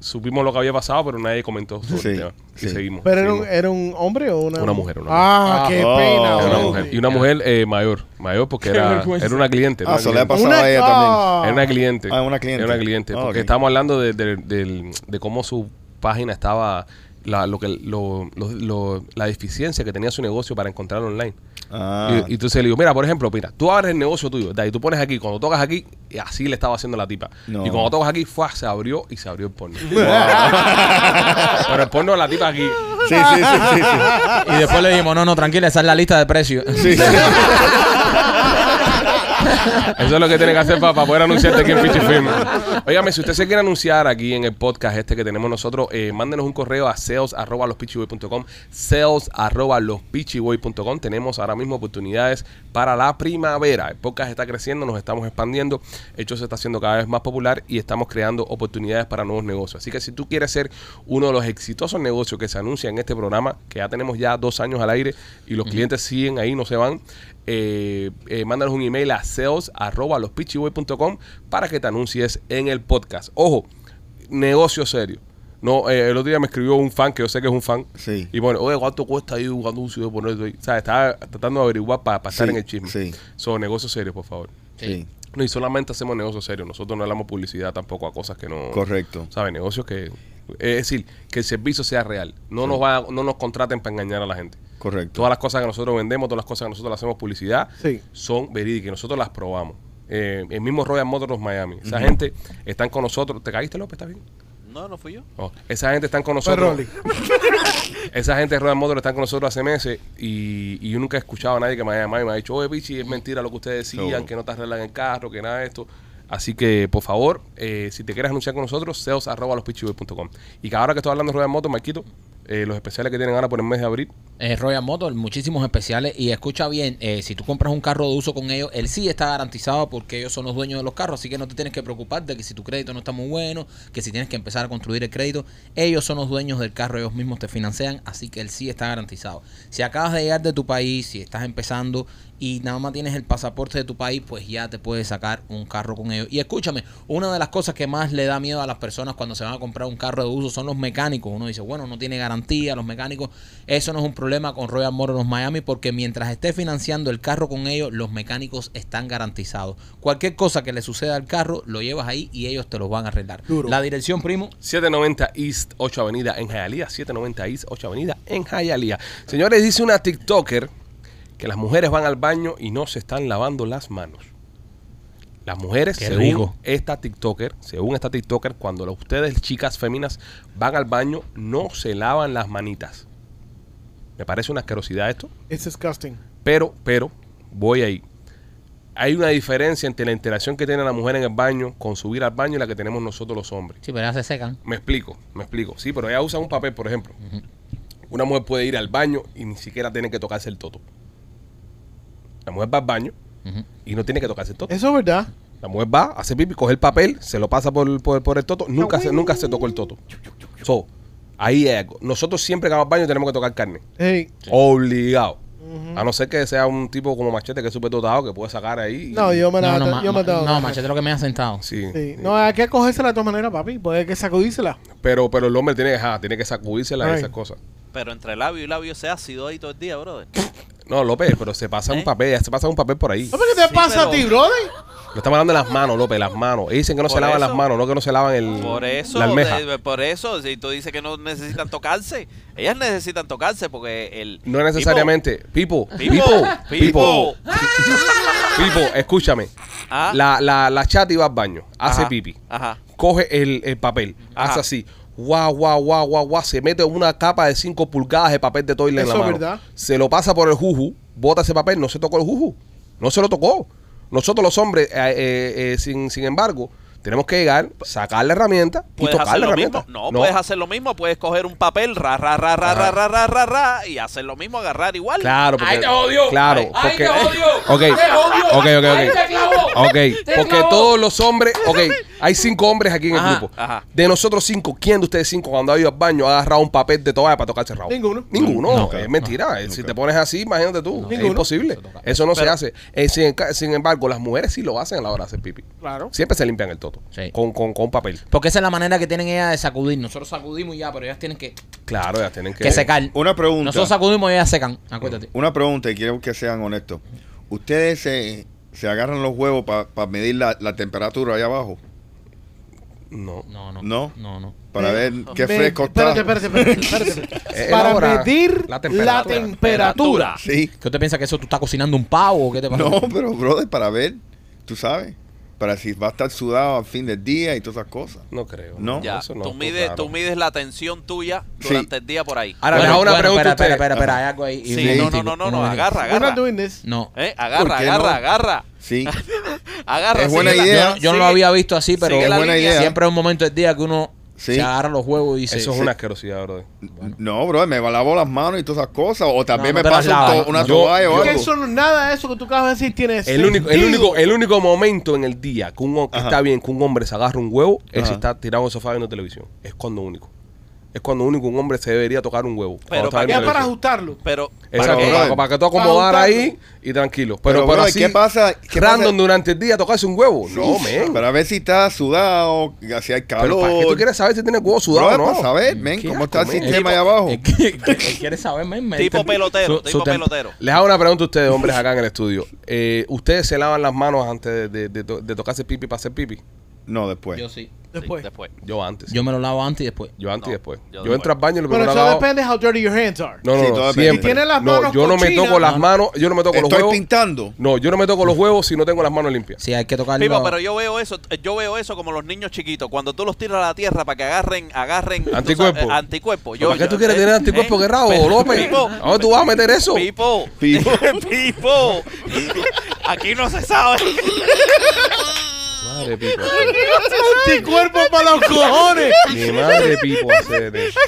supimos lo que había pasado, pero nadie comentó sobre el
Sí,
tema.
sí.
Y seguimos.
¿Pero era un,
seguimos.
era un hombre o una?
Una mujer, una
ah,
mujer.
qué
Ah,
pena.
oh.
Era una
bro.
mujer. Y una mujer eh, mayor, mayor
<laughs>
porque era,
vergüenza.
era una cliente.
Ah,
era
eso
una
le ha
cliente.
pasado
Una-
a ella
ah.
Era una cliente.
Ah, una cliente.
Era una cliente.
Ah,
Porque
ok.
estábamos hablando de, de- del- de cómo su página estaba, la, lo que, lo- lo- lo- la deficiencia que tenía su negocio para encontrar online.
también. Ah,
Y, y entonces le digo, mira, por ejemplo, mira, tú abres el negocio tuyo, ¿verdad? y tú pones aquí, cuando tocas aquí, y así le estaba haciendo la tipa.
No.
Y cuando tocas aquí, fue, se abrió y se abrió el
<laughs>
porno. Pero el porno de la tipa aquí.
sí, sí,
Ah.
sí, sí, sí.
Y después le dijimos, no, no, tranquila, esa es la lista de precios. <laughs>
Sí, sí.
Eso es lo que tiene que hacer para, para poder anunciarte aquí en Pichi Film. Óigame, si usted se quiere anunciar aquí en el podcast este que tenemos nosotros, eh, mándenos un correo a sales arroba lospitchyboy.com, sales arroba lospitchyboy.com. Tenemos ahora mismo oportunidades para la primavera. El podcast está creciendo, nos estamos expandiendo. Hecho, se está haciendo cada vez más popular y estamos creando oportunidades para nuevos negocios. Así que si tú quieres ser uno de los exitosos negocios que se anuncia en este programa, que ya tenemos ya dos años al aire y los clientes siguen ahí, no se van, eh, eh, mándanos un email a sales@lospitchyboy.com para que te anuncies en el podcast. Ojo, negocio serio. No, eh, el otro día me escribió un fan que yo sé que es un fan.
Sí.
Y bueno, oye, ¿cuánto cuesta ahí un anuncio de poner eso ahí? O sea, estaba tratando de averiguar para pasar
Sí,
en el chisme.
sí.
Son negocios serios, por favor.
Sí,
No, y solamente hacemos negocios serios. Nosotros no hablamos publicidad tampoco a cosas que no.
correcto.
¿Sabes? Negocios que. Es decir, que el servicio sea real. No, nos, va, no nos contraten para engañar a la gente.
Correcto.
Todas las cosas que nosotros vendemos, todas las cosas que nosotros le hacemos publicidad,
Sí.
son verídicas. Nosotros las probamos. Eh, el mismo Royal Motors Miami. Esa gente están con nosotros. ¿Te caíste, López? ¿Está bien?
No, no fui yo.
Oh, esa gente están con
Fue
nosotros.
Rolly.
Esa gente de Royal Motors están con nosotros hace meses y, y yo nunca he escuchado a nadie que me haya llamado y me ha dicho, oye, Pichi, es mentira lo que ustedes decían,
Seguro.
que no te arreglan el carro, que nada de esto. Así que, por favor, eh, si te quieres anunciar con nosotros, seos arroba lospichiboy.com. Y que ahora que estoy hablando de Royal Motors, Marquito, eh, los especiales que tienen ahora por el mes de abril,
Eh, Royal Motors, muchísimos especiales. Y escucha bien, eh, si tú compras un carro de uso con ellos, él sí está garantizado porque ellos son los dueños de los carros. Así que no te tienes que preocupar de que si tu crédito no está muy bueno, que si tienes que empezar a construir el crédito, ellos son los dueños del carro, ellos mismos te financian. Así que él sí está garantizado. Si acabas de llegar de tu país, si estás empezando y nada más tienes el pasaporte de tu país, pues ya te puedes sacar un carro con ellos. Y escúchame, una de las cosas que más le da miedo a las personas cuando se van a comprar un carro de uso son los mecánicos. Uno dice, bueno, no tiene garantía, los mecánicos. Eso no es un problema con Royal Motors Miami porque mientras esté financiando el carro con ellos, los mecánicos están garantizados. Cualquier cosa que le suceda al carro, lo llevas ahí y ellos te lo van a arreglar.
Duro.
La dirección, primo.
790 East 8 Avenida en Hialeah, 790 East 8 Avenida en Hialeah. Señores, dice una TikToker que las mujeres van al baño y no se están lavando las manos. Las mujeres,
Qué
según
rico.
esta TikToker, según esta TikToker, cuando la- ustedes, chicas féminas, van al baño, no se lavan las manitas. Me parece una asquerosidad esto,
It's disgusting.
pero, pero, voy ahí. Hay una diferencia entre la interacción que tiene la mujer en el baño con subir al baño y la que tenemos nosotros los hombres.
Sí, pero ya se secan.
Me explico, me explico. Sí, pero ella usa un papel, por ejemplo. Una mujer puede ir al baño y ni siquiera tiene que tocarse el toto. La mujer va al baño y no tiene que tocarse el toto.
Eso es verdad.
La mujer va, hace pipi, coge el papel, se lo pasa por, por- por el toto. Nunca se, nunca se tocó el toto. So, ahí hay algo. Nosotros siempre que vamos al baño tenemos que tocar carne.
Hey.
Obligado. A no ser que sea un tipo como machete que es súper dotado que puede sacar ahí. y-
No, yo me la
No, no, ma-
yo me
ma-
la-
no, machete lo que me ha sentado.
Sí.
Sí. No, hay que cogérsela de todas maneras, papi. Pues hay que sacudírsela.
Pero, pero el hombre tiene que, ja, tiene que sacudírsela y
Ay.
esas cosas.
Pero entre labio y labio ese ácido ahí todo el día, brother.
No, López, pero se pasa
¿Eh?
un papel, ya se pasa un papel por ahí.
¿Sabes qué te
Sí,
pasa a
pero-
ti, brother?
No estamos hablando de las manos, López, las manos. Ellos dicen que no se
Por
lavan
eso.
las manos, no que no se lavan el,
Por eso,
la almeja.
de- por eso, si tú dices que no necesitan tocarse, ellas necesitan tocarse porque el...
No necesariamente. Pipo,
Pipo,
Pipo,
Pipo.
Pipo, Pipo, escúchame.
Ah.
La, la, la chati va al baño, hace
Ajá,
pipi,
Ajá.
coge el, el papel,
Ajá.
hace así. Guau, guau, guau, guau, guau. Se mete una capa de 5 pulgadas de papel de toilet en la
Eso es
mano.
verdad.
Se lo pasa por el juju, bota ese papel, no se tocó el juju. No se lo tocó. Nosotros los hombres, eh, eh, eh, sin, sin embargo, Tenemos que llegar, sacar la herramienta y
Puedes
tocar
hacer
la
lo
herramienta.
mismo. No, puedes hacer lo mismo. Puedes coger un papel, ra, ra, ra, ra, ra, ra, ra, ra, ra, y hacer lo mismo, agarrar igual.
Claro, porque.
¡Ay, te odio!
Claro,
¡Ay,
porque.
te odio!
<laughs> Ok,
¡Te odio!
ok, ok, ok.
¡Ay, te clavo!
Ok,
¡Te
porque
clavo!
todos los hombres. Ok, hay cinco hombres aquí en el
Ajá,
grupo.
ajá.
De nosotros cinco, ¿quién de ustedes cinco cuando ha ido al baño ha agarrado un papel de toalla para tocarse el rabo?
Ninguno.
Ninguno.
Nunca,
es mentira. Eh, Si
nunca.
te pones así, imagínate tú. es
Ninguno.
imposible. Eso no se hace. Eh, sin, enca- sin embargo, las mujeres sí lo hacen a la hora de hacer pipi.
Claro.
Siempre se limpian el toto.
Sí.
Con, con, con papel.
Porque esa es la manera que tienen ellas de sacudir. Nosotros sacudimos y ya, pero ellas tienen que,
Claro, ya tienen que.
que secar.
Una pregunta.
Nosotros sacudimos y ellas secan. Acuérdate.
Una pregunta y quiero que sean honestos. ¿Ustedes se, se agarran los huevos para medir la, la temperatura allá abajo?
No.
No, no.
No.
No, no.
Para ver qué
Me-
fresco está.
espérate, espérate,
<laughs>
espérate, espérate.
Eh,
Para
elabora
medir
la
la
temperatura.
temperatura.
Sí.
¿Qué usted piensa que eso tú estás cocinando un pavo o qué te pasa?
No, pero brother, para ver, tú sabes. Para si va a estar sudado al fin del día y todas esas cosas.
No creo.
No.
Ya,
eso no,
tú,
está
mides,
raro.
tú mides la tensión tuya
Sí.
durante el día por ahí.
Ahora, les hago una
espera,
pregunta a ustedes.
espera, espera, espera, hay algo ahí.
Sí,
sí,
no,
sí,
no, no, no, no,
una-
agarra,
We're not
agarra.
doing this.
No.
Eh,
¿Por
Agarra,
qué no?
agarra, agarra.
<laughs>
Sí.
Agarra.
Es buena
sigue la-
idea.
Yo no
sigue-
lo había visto así, pero
sigue la
Es buena
línea.
idea.
siempre hay un momento del día que uno
Sí.
se agarra los huevos y dice...
Eso es una asquerosidad, brother.
No, brother, me lavo las manos y todas esas cosas. O también
No, no
me
te las
paso un to-
lavas.
una
Yo-
toalla o
Porque
algo.
eso no nada de eso que tú acabas de decir tiene
El único, el,
sentido.
único, el único momento en el día que, un, hom- que
Ajá.
está bien que un hombre se agarre un huevo es si
Ajá.
está tirado en el sofá viendo televisión. Es cuando único. Es cuando único un hombre se debería tocar un huevo.
Pero
cuando está
para-
Ya
viendo
para
televisión.
ajustarlo.
Pero,
Exacto,
Para-
para, para que tú acomodar
Para
ahí y tranquilo. Pero,
Pero,
pero
brother,
así,
¿qué pasa- qué pasa-
random durante el día tocarse un huevo. no, men. Pero,
Para ver si está sudado, si hay calor.
¿para qué tú quieres saber si tiene el huevo sudado o
Brother,
no? Mm,
para saber, men,
Qué
cómo está el
asco, men.
sistema allá abajo.
Es que- que- ¿Quieres saber, men? Me
tipo
entendí. Su-
pelotero,
su
tipo
tem-
pelotero.
Les hago una pregunta a ustedes, hombres, acá en el estudio. Eh, ¿Ustedes se lavan las manos antes de, de- de to- de tocarse pipi para hacer pipi?
No, después.
Yo sí.
Después.
Sí, después.
Yo antes. Yo,
Yo me lo lavo antes y después.
antes y
No,
después.
yo
Yo,
después.
entro al baño y lo
Pero
primero que
eso
hago-
depende how dirty your hands are.
No, no,
Sí,
no,
todo depende.
siempre.
Si
tiene las
no,
manos
yo no me
cochinas.
toco las
No, no.
manos, yo no me toco los
Estoy
huevos.
pintando.
No, yo no me toco los huevos si no tengo las manos limpias.
Sí, hay que tocarlo.
Pipo, pero yo veo eso, eh, yo veo eso como los niños chiquitos, cuando tú los tiras a la tierra para que agarren, agarren tú
Anticuerpo.
sabes, eh, anticuerpo.
¿Para qué tú quieres tener anticuerpos, Guerrero, López?
Pipo,
¿A dónde tú vas a meter eso?
Pipo,
Pipo.
<laughs> Pipo,
<laughs>
aquí no se sabe.
Madre pipo.
Anticuerpo para los cojones.
Mi madre pipo hacer eso.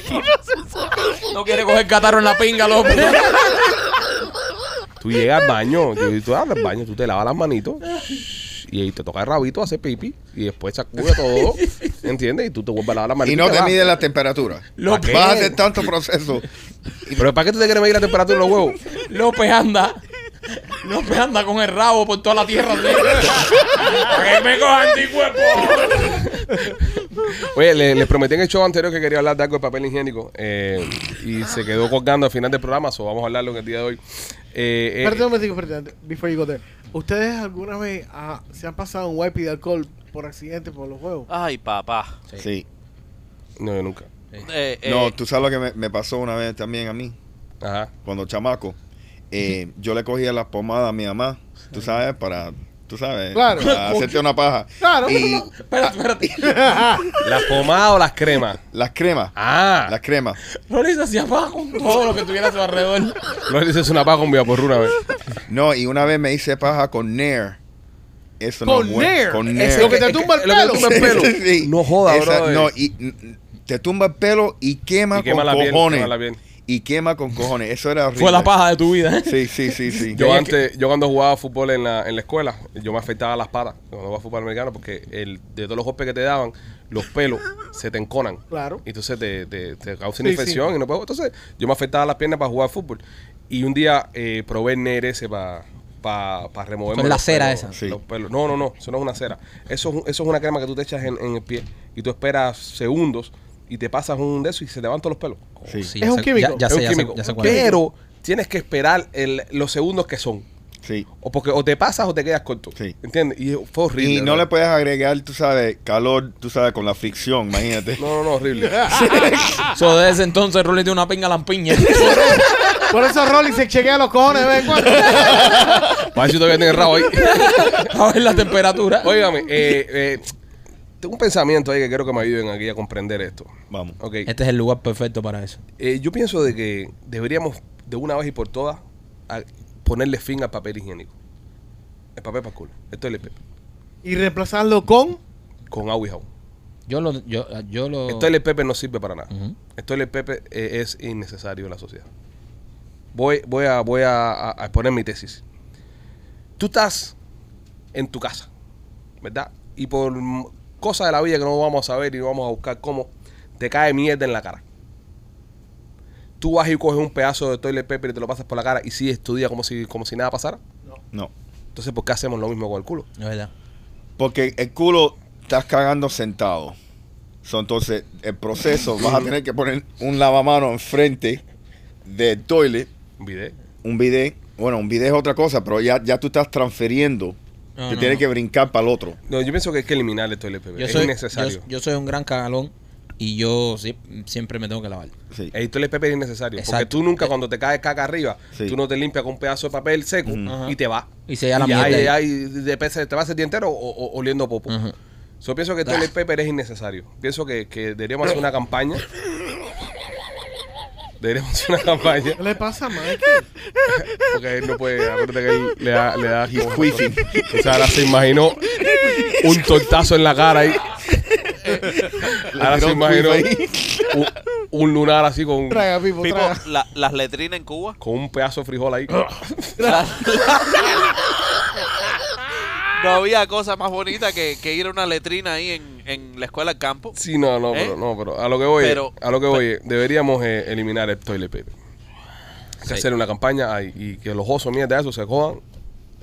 no quiere coger catarro en la pinga, López.
Tú llegas al baño, yo- tú vas al baño, tú te lavas las manitos y ahí te toca el rabito, hace pipi y después sacude todo, ¿entiendes? Y tú te vuelves a lavar las manitos.
Y no te
vas.
mide la temperatura.
Lo que-
Vas a hacer tanto proceso.
Pero ¿para qué tú te quieres medir la temperatura de los huevos?
López anda. López anda con el rabo por toda la tierra. así. ¡Para que <laughs> me cojan anticuerpo!
Oye, le- les prometí en el show anterior que quería hablar de algo de papel higiénico eh, y se quedó colgando al final del programa, so vamos a hablarlo en el día de hoy. Eh, eh,
Espérate un momentico, espérate, antes- before you go there. ¿Ustedes alguna vez ah, se han pasado un wipe de alcohol por accidente por los <laughs> huevos?
Ay, papá.
Sí.
no, yo nunca.
Eh, eh,
No, tú sabes lo que me, me pasó una vez también a mí,
Ajá.
cuando chamaco. Eh, yo le cogía las pomadas a mi mamá, tú sabes, para, tú sabes,
Claro.
para hacerte una paja.
Claro.
Y
Espérate, espérate.
¿Las pomadas o las cremas?
las cremas,
Ah,
las cremas.
Rolly se hacía paja con todo lo que tuviera a su alrededor.
no le dices una paja con por una vez.
No, y una vez me hice paja con Nair. Eso
Con
no es bueno.
Nair.
Con
Es
Nair.
lo que te tumba el
lo que te
pelo.
tumba el pelo.
<laughs> Sí.
No joda,
Esa-
brother.
No, y n- te tumba el pelo y quema,
Y quema
con
la piel,
cojones.
quema la piel.
Y quema con cojones. Eso era horrible.
Fue la paja de tu vida, ¿eh?
Sí, sí, sí, sí.
Yo
Oye,
antes, yo cuando jugaba fútbol en la, en la escuela, yo me afeitaba las patas cuando jugaba fútbol americano porque el, de todos los golpes que te daban, los pelos se te enconan.
Claro.
Y entonces te, te, te causa una
Sí,
infección y no puedo. Entonces yo me afeitaba las piernas para jugar fútbol. Y un día eh, probé el Nair ese para pa, pa removerme.
Con la
los
cera
pelos-
esa.
Sí.
los pelos. No, no, no, eso no es una cera. Eso es, un- eso es una crema que tú te echas en, en el pie y tú esperas segundos y te pasas un de eso y se levantan los pelos.
Sí.
Sí,
Es
ya
un
sé-
químico.
Ya, ya
Es un
sé, ya sé,
químico.
ya sé cuál es.
Pero tienes que esperar el- los segundos que son.
Sí.
O porque o te pasas o te quedas corto.
Sí.
¿Entiendes? Y fue horrible.
Y no
¿verdad?
le puedes agregar, tú sabes, calor, tú sabes, con la fricción, imagínate.
No, no, no,
<laughs>
horrible.
So, desde ese entonces Rolly tiene una pinga lampiña. <laughs>
Por eso Rolly se chequea los cojones de vez en cuando. <laughs>
Para eso todavía tiene el rabo ahí. <laughs>
a ver la temperatura.
Óigame, eh, eh, tengo un pensamiento ahí que quiero que me ayuden aquí a comprender esto.
Vamos.
Ok.
Este es el lugar perfecto para eso.
Eh, yo pienso de que deberíamos, de una vez y por todas, a- ponerle fin al papel higiénico. El papel para el culo. Esto es el papel.
Y reemplazarlo con
con agua y jabón.
Yo lo. Yo, yo lo
Esto el Pepe no sirve para nada.
Ujú.
Esto el Pepe eh, es innecesario en la sociedad. Voy, voy, a, voy a, a- a exponer mi tesis. Tú estás en tu casa, ¿verdad? Y por m- cosas de la vida que no vamos a saber y no vamos a buscar cómo, te cae mierda en la cara. Tú vas y coges un pedazo de toilet paper y te lo pasas por la cara y sigues tu día como si, como si nada pasara.
No.
Entonces, ¿por qué hacemos lo mismo con el culo?
Es verdad.
Porque el culo estás cagando sentado. So, entonces, el proceso, vas a tener que poner un lavamano enfrente del toilet,
Un video.
un bidet. Bueno, un bidet es otra cosa, pero ya, ya tú estás transfiriendo.
No,
tú
no,
tienes
no.
que brincar para el otro.
No, yo pienso que hay que eliminar el toilet paper.
Yo
es
soy,
innecesario.
Yo, yo soy un gran cagalón y yo sí- siempre me tengo que lavar.
Sí.
El toilet paper es innecesario. Porque
Exacto. Eh,
tú nunca, cuando te caes caca arriba,
Sí.
tú no te limpias con un pedazo de papel seco
Ujú.
y te va.
Y se da la
y ya,
mierda
y-
ahí.
y de pese- te vas el día entero o, o- oliendo a popo.
Ujú.
Yo pienso que el
Ah.
toilet paper es innecesario. Pienso que, que deberíamos hacer una campaña. Deberíamos hacer una campaña.
¿Qué le pasa a Mike?
Porque él no puede. Acuérdate que él le da. Le da como- o sea, ahora se imaginó un tortazo en la cara ahí. Ahora se
Eh, tiró un
imaginó
quiff
un, un lunar así con,
Traga, Pipo,
Pipo,
traga.
la- las letrinas en Cuba.
con un pedazo de frijol ahí.
<laughs> No había cosa más bonita que, que ir a una letrina ahí en, en la escuela del campo.
<laughs> Sí, no, no,
¿Eh?
pero, no, pero a lo que voy, es-
Pero-
a lo que voy, es, deberíamos eh, eliminar el toilet paper. Hay que
Sí.
hacer una campaña ahí, y que los osos mierda de eso se cojan. Eh,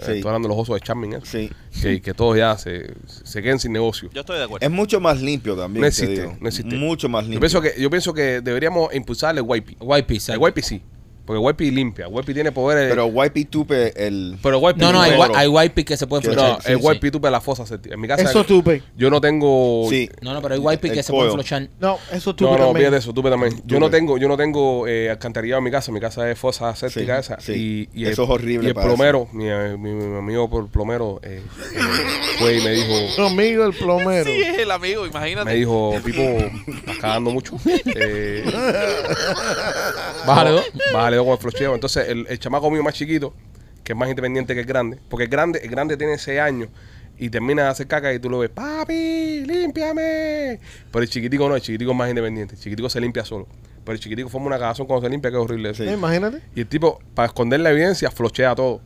Sí.
Estoy hablando de los osos de Charming, ¿eh?
Sí.
que, que todos ya se, se queden sin negocio.
Yo estoy de acuerdo.
Es mucho más limpio también.
No
te
existe,
digo.
no existe.
Mucho más
Yo
limpio.
pienso que, yo pienso que deberíamos impulsar el YP.
Wipey,
El
exacto.
YP sí, porque YP limpia, YP tiene poderes.
pero YP Tupe, el.
pero YP
No, no, hay,
Pero-
wi- hay wipey que se pueden
Que-
no,
flochar.
el
Sí, sí.
YP tú para la fosa séptica. En mi casa
Eso es tupe.
yo no tengo
sí.
No, no, pero hay wipey que
El
se pueden
codo.
flochar.
No, eso es tupe
No, no,
también.
fíjate eso, tú también. Yo
Tupe.
no tengo, yo no tengo eh, alcantarillado en mi casa, mi casa es fosa séptica
Sí,
esa.
sí.
Y, y
Eso
el,
es horrible
Y el
para eso.
plomero, mi, mi- mi amigo por plomero eh, eh, fue y me dijo,
Conmigo el plomero.
Sí, es el amigo, imagínate.
me dicho, Pipo, estás cagando mucho. Eh,
Bájale
no,
dos.
Bájale dos con el flocheo. Entonces, el, el chamaco mío más chiquito, que es más independiente que el grande, porque el grande, el grande tiene 6 años y termina de hacer caca y tú lo ves, papi, límpiame. Pero el chiquitico no, el chiquitico es más independiente. El chiquitico se limpia solo. Pero el chiquitico forma una cagazón cuando se limpia, que es horrible eso.
Sí.
Eh, Imagínate.
Y el tipo, para esconder la evidencia, flochea todo.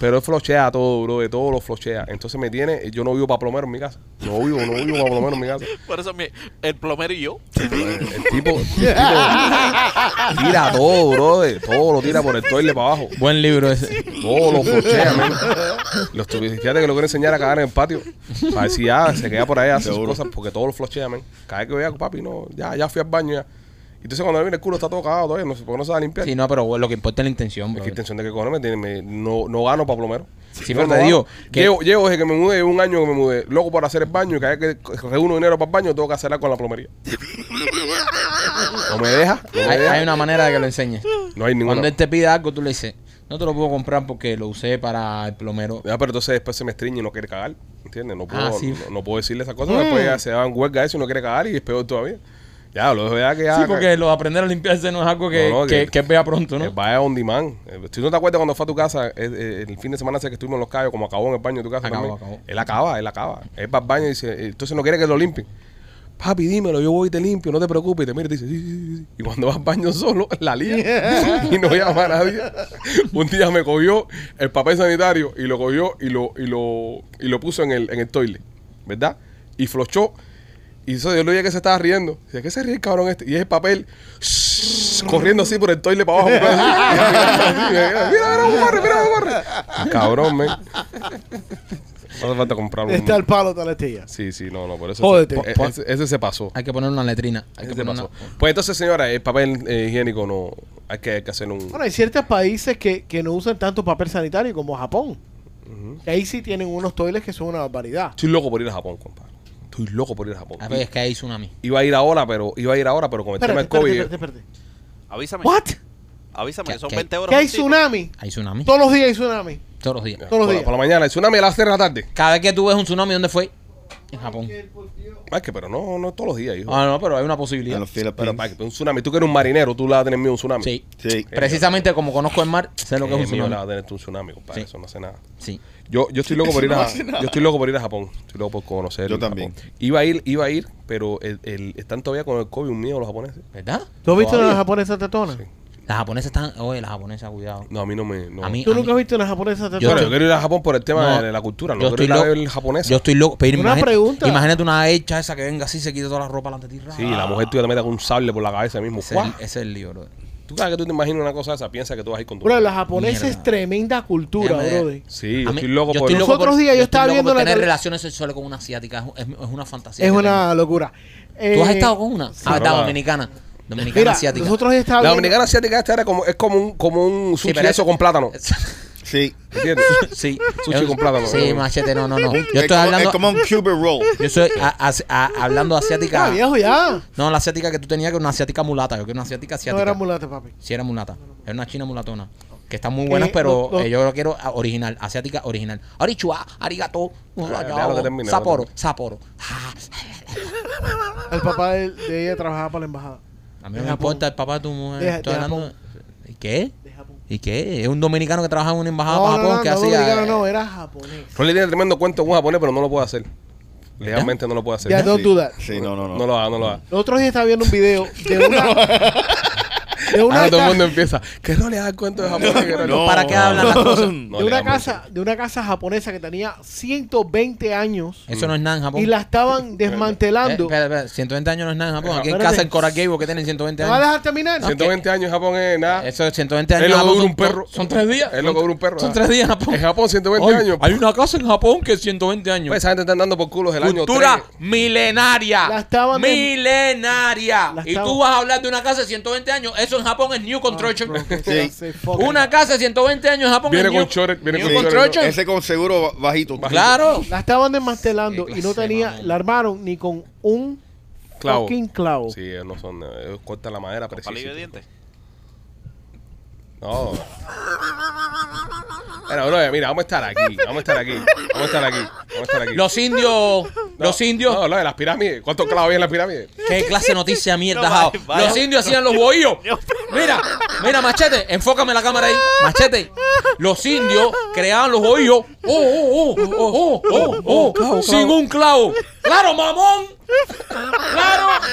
Pero él flochea todo, bro, de todo lo flochea. Entonces me tiene, yo no vivo para plomero en mi casa. No vivo, no vivo para plomero en mi casa.
Por eso mi- el plomero y yo.
El, el tipo, el tipo tira todo, bro, de todo lo tira por el toile para abajo.
Buen libro ese.
Todo lo flochea, man. Los tu- fíjate que lo quiero enseñar a cagar en el patio. Para ver si ya se queda por ahí, hace sus
Seguro.
cosas, porque todo lo flochea, man. Cada vez que vea, papi, no, ya, ya fui al baño ya. Y Entonces cuando me viene el culo está todo cagado todavía, no sé, porque no se va a limpiar.
Sí, no, pero lo que importa es la intención,
Es
bro.
que intención de que cojones me tiene, me- no, no gano para plomero.
Sí,
No,
pero
no
te
gano.
digo que-
Llevo, llevo desde que me mudé, un año que me mudé, loco para hacer el baño y cada vez que reúno dinero para el baño, tengo que hacerla con la plomería. no me deja, no me
Hay,
deja.
hay una manera de que lo enseñes.
No hay ninguna.
Cuando él te pida algo, tú le dices, no te lo puedo comprar porque lo usé para el plomero.
Ya, pero entonces después se me estriñe y no quiere cagar, ¿entiendes? No puedo,
Ah, sí. Mm.
no, no puedo decirle esas cosas, después ya se da en huelga eso y no quiere cagar y es peor todavía. Ya, lo dejo ya que ya...
Sí, porque lo de aprender a limpiarse no es algo que,
No, no,
que,
que-
que vea pronto, ¿no?
Eh, Vaya on demand. Eh, Si no te acuerdas cuando fue a tu casa, eh, eh, el fin de semana ese que estuvimos en Los Cayos, como acabó en el baño de tu casa.
Acabó,
también.
acabó.
Él acaba, él acaba. Él va al baño y dice, eh, entonces no quiere que lo limpien. Papi, dímelo, yo voy y te limpio, no te preocupes. Y te mira y te dice, sí, sí, sí, sí. Y cuando va al baño solo, <laughs>
<laughs>
la lía y no llama a nadie. Un día me cogió el papel sanitario y lo cogió y lo, y lo, y lo puso en el, en el toilet, ¿verdad? Y flochó. Y eso yo lo oía que se estaba riendo. Dice, ¿qué se ríe el cabrón este? Y es el papel corriendo así por el toile para abajo.
<laughs>
mira, mira, un barrio, mira, un barrio. Cabrón, men. No hace falta comprar un.
Está el palo, tal estilla.
Sí, sí, no, no, por eso.
Jódete.
eh, Ese, ese se pasó.
Hay que poner una letrina. Hay
Ese
que
se
poner una-
pasó. Pues entonces, señora, el papel eh, higiénico no. Hay que, hay que hacer un.
Bueno, hay ciertos países que, que no usan tanto papel sanitario como Japón. Que ahí sí tienen unos toiles que son una barbaridad.
Estoy loco por ir a Japón, compadre. Estoy loco por ir a Japón.
A ver, es que hay tsunami.
Iba a ir ahora, pero iba a ir ahora, pero con el
Espérate,
tema del
espérate,
COVID. eh.
espérate, espérate.
Avísame.
¿What?
Avísame,
¿Qué-
que son
qué-
20 euros.
¿Que hay
por sitio.
tsunami?
Hay tsunami
Todos los días hay tsunami.
todos los días.
Todos los
Por la-
días.
Por la mañana, el tsunami a las 3 de la tarde.
Cada vez que tú ves un tsunami, ¿dónde fue? en Japón.
Mike, pero no, no todos los días, hijo.
Ah, no, pero hay una
En
posibilidad.
los
pero
Philippines.
Mike, un tsunami. Tú que eres un marinero, tú la vas a tener miedo a un tsunami.
Sí.
Sí.
Precisamente como conozco el mar, sé lo que es un
Eh, mío,
tsunami.
la vas a tener tú un tsunami, compadre.
Sí.
Eso no hace nada.
Sí.
Yo, yo estoy loco por
Eso
ir
no
a
hace nada.
yo estoy loco por ir a Japón. Estoy loco por conocer
Yo también.
Japón. Iba a ir, iba a ir, pero el, el- están todavía con el COVID un miedo los japoneses.
¿Verdad?
¿Tú has visto
Todavía.
una japonesa tetona?
Sí.
Las japonesas están. Oye, las japonesas, cuidado.
No, a mí no me no.
A mí-
¿Tú nunca has visto una japonesa
yo,
tetona?
bueno, yo quiero ir a Japón por el tema
No,
de la cultura, no
yo
quiero
estoy
ir a
loco.
ver el japonés.
Yo estoy loco. Pero
Una
imagínate,
pregunta.
Imagínate una hecha esa que venga así y se quita toda la ropa delante de ti.
Sí,
ra.
la mujer tuya te mete con un sable por la cabeza mismo.
Ese,
¡Guau!
es el- ese es el libro, brother.
Tú sabes que tú te imaginas una cosa de esa, piensa que tú vas a ir con tu.
Bro, la japonesa
Mierda.
es tremenda cultura,
Déjame ver.
brother.
Sí, yo
A mí-
estoy loco
yo
por
estoy
Los
loco
otros días yo estaba
estoy loco por
viendo la
tener
tele-
relaciones sexuales con una asiática. Es, es- es una fantasía.
Es
que
una locura.
tengo. ¿Tú has
Eh,
estado con una?
sí.
Ah, está,
Ahora-
dominicana. Dominicana
Mira,
asiática.
nosotros estábamos
La dominicana asiática esta era como, es como un, como un
Sí,
sushi
pero
eso
es-
con plátano. <laughs>
Sí.
¿Entiendes? <laughs>
sí.
Sushi
Es-
con plátano.
Sí, machete, no, no, no. Yo
Es
estoy
como, es
hablando.
como un
<laughs>
Cuban roll.
Yo estoy a- a- a- hablando asiática.
Ah, viejo ya.
No, la asiática que tú tenías que era una asiática mulata. Yo quiero una asiática asiática.
No era mulata, papi.
Sí, era mulata. Era una china mulatona. Que están muy buenas, pero
lo- lo-
eh, yo lo quiero a- original, asiática original. Arichua, arigato, Ah,
déjalo que termine,
saporo,
déjalo
saporo.
El papá de, de ella trabajaba para la embajada.
A mí no me
De Japón.
importa el papá de tu mujer.
De-
Estoy
de
hablando-
Japón.
¿Y qué?
De Japón.
¿Y qué? Es un dominicano que trabaja en una embajada
No,
Ah, para
no,
Japón
no,
que
no,
hacía.
dominicano
eh,
no, era japonés.
Rolly tiene tremendo cuento con un japonés, pero no lo puede hacer. Legalmente no lo puede hacer.
Ya,
no,
no. Don't do that.
Sí, no, no, no.
lo haga, no lo haga.
Los otros días estaba viendo un video de una. de una,
Ah,
Ahora todo
ca-
el mundo empieza. Que Rolly haga el cuento de japonés. que Rolly-
No.
¿Para qué hablan las cosas?
<laughs>
No,
de una
legalmente.
casa, de una casa japonesa que tenía 120 años
Eso no es nada en Japón.
y la estaban
Eh,
desmantelando.
espera, espera, 120 años no es nada en Japón. Aquí en
Espérate.
casa en Coraquebo que tienen 120
¿Me vas a
años.
dejar terminar?
120 años en Japón es nada.
Eso es 120
Es
años.
lo
en
que
Japón
dura
son-
un perro.
Son tres días.
Es lo que dura un perro,
Son
ah.
tres días en Japón.
En Japón, 120
Oye,
años.
Hay una casa en Japón que es 120 años.
Pues esa gente está andando por culos el año
Cultura
3.
milenaria.
La estaban de-
milenaria.
La Ah,
Y tú
estaban-
vas a hablar de una casa de 120 años. Eso en Japón es New Construction.
Sí.
una casa de 120 años en Japón
Viene
es new-
con shorts, viene
new
con
Sí,
shorts.
construction.
Ese con seguro ba- bajito.
Claro.
La estaban desmantelando
Qué
y no
clase,
tenía,
mamón.
la armaron ni con un
Clavo.
fucking clavo.
Sí, ellos no son. ellos cortan la madera
Palillo de
preciosa.
dientes.
No. Bueno, bro, mira, vamos a estar aquí. Vamos a estar aquí. Vamos a estar aquí. Vamos a estar aquí.
Los indios.
No,
Los indios.
No, lo de las pirámides. ¿Cuántos clavos había en las pirámides?
¿Qué clase de noticia mierda,
No,
Jao?
vaya, vaya.
Los indios hacían los bohíos.
<laughs>
Mira, mira, machete, enfócame la cámara ahí. Machete, los indios creaban los bohíos. Oh, oh, oh, oh, oh, oh, oh, sin un clavo. ¡Claro, mamón! ¡Claro!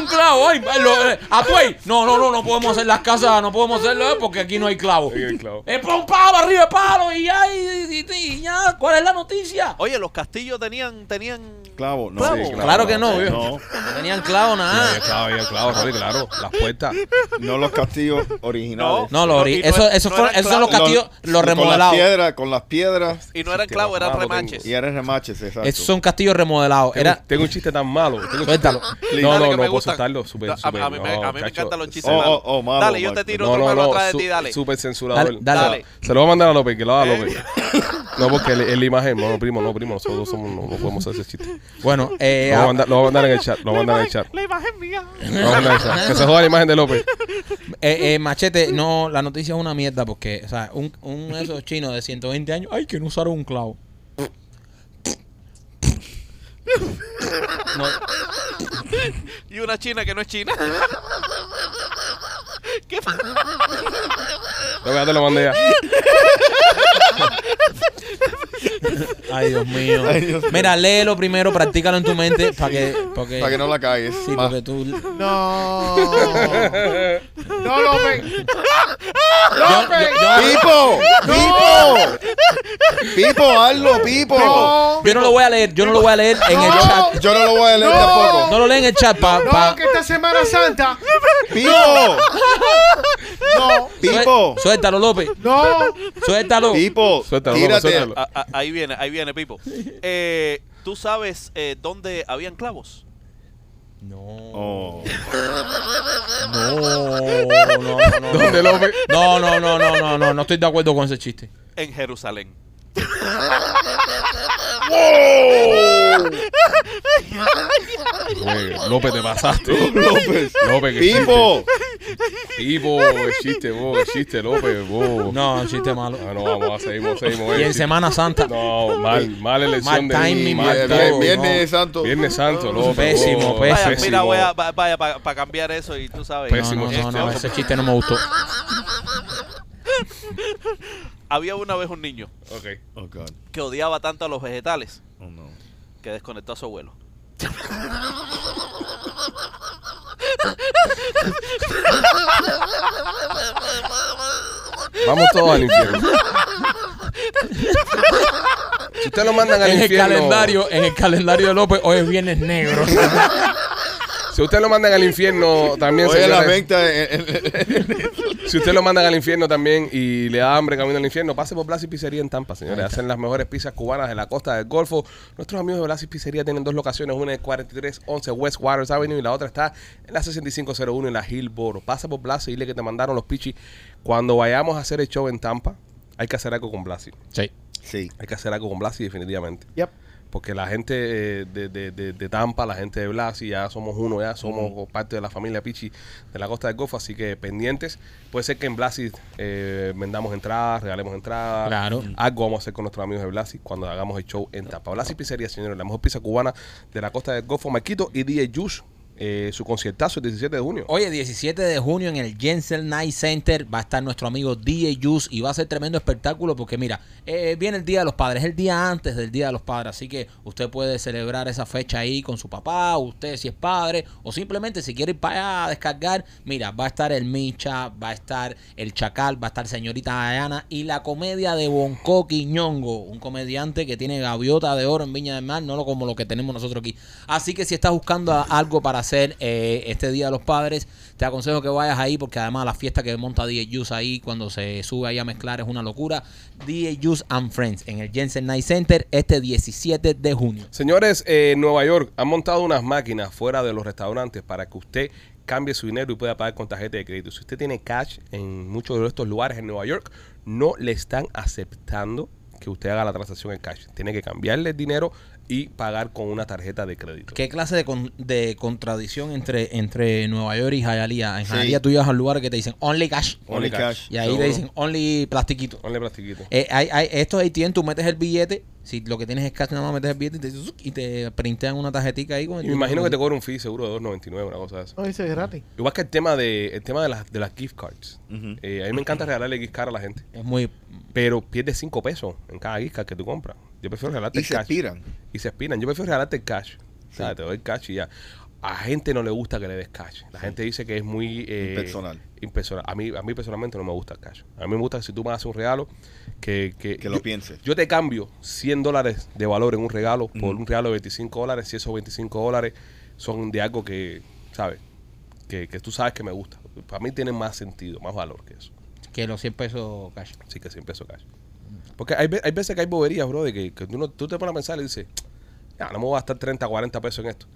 Un clavo, ay, lo- eh, atuey. No, no, no, no podemos hacer las casas, no podemos hacerlo eh, porque aquí no hay clavo.
Aquí no hay clavo.
Es un palo arriba de palo y ya, y- y- y ya, ¿cuál es la noticia?
Oye, los castillos tenían, tenían
Clavo, no.
Clavo.
Sí, claro.
Claro que no,
No.
viejo. No tenían clavo nada.
Había clavos, había clavos, Rolly, claro. Las puertas.
No los castillos originales.
No,
No,
los
y
ori-
no
eso,
es-
eso
no
fueron-
era
esos son los
clavo.
castillos, los
Con las
remodelados.
piedras, con las piedras
y no eran
Sí,
clavos, eran
claro, tengo.
remaches.
Pues, y eran remaches, exacto.
Esos son castillos remodelados.
Tengo,
Era,
tengo un chiste tan malo. Tengo un chiste-
Cuéntalo.
No,
Dale, que
no,
me
no, puedo
gustan.
soltarlo. Súper,
A- a-
súper.
a mí me-
no,
a mí me
chacho.
encantan los chistes.
Oh,
malos.
oh, oh, malo,
dale, yo te
Marco.
tiro
No,
otro
no,
malo
no.
atrás de
su-
ti, dale. Eh.
Súper censurador.
Dale, dale.
Se lo- Se lo va a mandar a López, que lo haga
<laughs>
López. No, porque el, el imagen, no, primo, no, primo, nosotros somos, no, no podemos hacer ese chiste.
bueno, eh,
Lo va a
ah,
mandar, lo va a mandar en el chat, lo va a mandar en el chat.
La imagen mía.
Lo va a mandar en el chat. Que se joda la imagen de López.
eh, eh, machete, no, la noticia es una mierda porque, o sea, un, un de esos chinos de 120 años, ay, que no usaron un clavo. No,
Y una china que no
<laughs>
es china.
López, ya te lo mandé ya.
ay, Dios mío.
Ay, Dios mío.
Mira, léelo primero, practícalo en tu mente para que, porque,
Para que no la cagues.
sí,
Ah,
porque tú,
No. no, <laughs> López.
Yo- yo- yo-
¡Pipo! ¡Pipo! ¡Pipo, hazlo, Pipo!
No.
yo no lo voy a leer, yo no lo voy a leer en el
No.
chat.
Yo no lo voy a leer
No.
tampoco.
No lo leen en el chat pa-
No,
pa-
que esta Semana Santa.
¡Pipo! ¡No!
Suel-
¡Pipo!
Suéltalo, López.
No.
Suéltalo.
¡Pipo!
Suéltalo, López,
¡Tírate!
suéltalo.
A- a- ahí viene, ahí viene, Pipo. Eh, ¿Tú sabes eh, dónde habían clavos?
No.
Oh.
No, no, no, no.
¿Dónde, López?
No, no, no, no, no, no, no estoy de acuerdo con ese chiste.
En Jerusalén.
Güey, López, te pasaste.
López.
<laughs> López, que
¡Pipo!
Sí, po, es chiste, po, es chiste, López, po.
No, un chiste malo.
Ah, no, vamos, seguimos, seguimos.
Y
eh,
en
sí.
Semana Santa.
No, mal, mal elección
Mal
de
timing,
mal
mal
Vier-
todo,
timing.
vier- Viernes Santo. Oh,
Viernes Santo,
<laughs>
López. Oh,
Pésimo,
po,
pésimo.
Vaya, mira, voy a, va- vaya, para cambiar eso y tú sabes. Este,
No,
pues, Pésimo
Pues no, no,
chiste.
no, ese chiste no me gustó.
Había una vez un niño
Ok.
Oh, God.
que odiaba tanto a los vegetales
Oh, no.
que desconectó a su abuelo.
Vamos todos
<laughs>
al infierno. Si ustedes lo mandan al
En el
infierno.
calendario, en el calendario de López, hoy es viernes negro.
Si ustedes lo mandan al infierno también,
Oye, la
señores,
venta. eh, eh,
Si ustedes lo mandan al infierno también y le da hambre camino al infierno, pase por Blas y Pizzería en Tampa, señores. Hacen las mejores pizzas cubanas de la costa del Golfo. Nuestros amigos de Blas y Pizzería tienen dos locaciones, una en 4311 West Waters Avenue y la otra está en la 6501 en la Hillboro. Pasa por Blas y dile que te mandaron los pichis. Cuando vayamos a hacer el show en Tampa, hay que hacer algo con Blasi.
Sí.
sí.
Hay que hacer algo con Blasi definitivamente.
Yep.
Porque la gente eh, de, de- de- de Tampa, la gente de Blasi, ya somos uno, ya somos parte de la familia Pichi de la Costa del Golfo, así que pendientes. Puede ser que en Blasi eh, vendamos entradas, regalemos entradas. Mm.
Claro.
Algo vamos a hacer con nuestros amigos de Blasi cuando hagamos el show en Tampa. Blasi Pizzería, señores, la mejor pizza cubana de la Costa del Golfo. Marquito y DJ Juice, eh, su conciertazo el 17 de junio.
Oye, 17 de junio en el Jensen Night Center va a estar nuestro amigo DJ Juice y va a ser tremendo espectáculo porque mira, eh, viene el Día de los Padres, es el día antes del Día de los Padres, así que usted puede celebrar esa fecha ahí con su papá, usted si es padre o simplemente si quiere ir para allá a descargar, mira, va a estar el Micha, va a estar el Chacal, va a estar señorita Diana y la comedia de Bonco Quiñongo, un comediante que tiene gaviota de oro en Viña del Mar, no lo como lo que tenemos nosotros aquí. Así que si estás buscando a- algo para hacer eh, este Día de los Padres, te aconsejo que vayas ahí porque además la fiesta que monta DJ Juice ahí cuando se sube ahí a mezclar es una locura. DJ Juice and Friends en el Jensen Night Center este 17 de junio.
Señores, eh, en Nueva York han montado unas máquinas fuera de los restaurantes para que usted cambie su dinero y pueda pagar con tarjeta de crédito. Si usted tiene cash en muchos de estos lugares en Nueva York, no le están aceptando que usted haga la transacción en cash. Tiene que cambiarle el dinero y pagar con una tarjeta de crédito.
¿Qué clase de, con- de contradicción entre, entre Nueva York y Hialeah? En
Sí.
Hialeah tú llegas al lugar que te dicen only cash
Only cash.
y ahí
Seguro.
te dicen only plastiquito.
Ponle plastiquito.
Eh, hay, hay, estos ATM, tú metes el billete, si lo que tienes es cash, nada más metes el billete y te, zuc, y te printean una tarjetita ahí. Con el
Y me imagino que te
dinero.
cobra un fee seguro de 2.99, una cosa de eso.
No, ese es gratis.
Igual que el tema de, el tema de, las, de las gift cards.
Ujú.
Eh, a mí me encanta regalarle gift card a la gente,
Es muy...
pero pierdes 5 pesos en cada gift card que tú compras. Yo prefiero regalarte
Y
el
se
cash.
expiran.
y se espinan. Yo prefiero regalarte el este cash. ¿Sabes? Te doy el cash y ya. A gente no le gusta que le des cash. La gente dice que es muy... eh,
Impersonal.
impersonal. A mí, a mí personalmente no me gusta el cash. A mí me gusta que si tú me haces un regalo, que... Que,
Que lo
yo-
pienses.
Yo te cambio 100 dólares de valor en un regalo por un regalo de 25 dólares. Si esos 25 dólares son de algo que, ¿sabes? Que, que tú sabes que me gusta. Para mí tiene más sentido, más valor que eso.
Que los 100 pesos cash.
Así que 100 pesos cash. Porque hay, ve- hay veces que hay boberías, bro, de que, que tú, no- tú te pones a pensar y dices, ya, no me voy a gastar 30, 40 pesos en esto.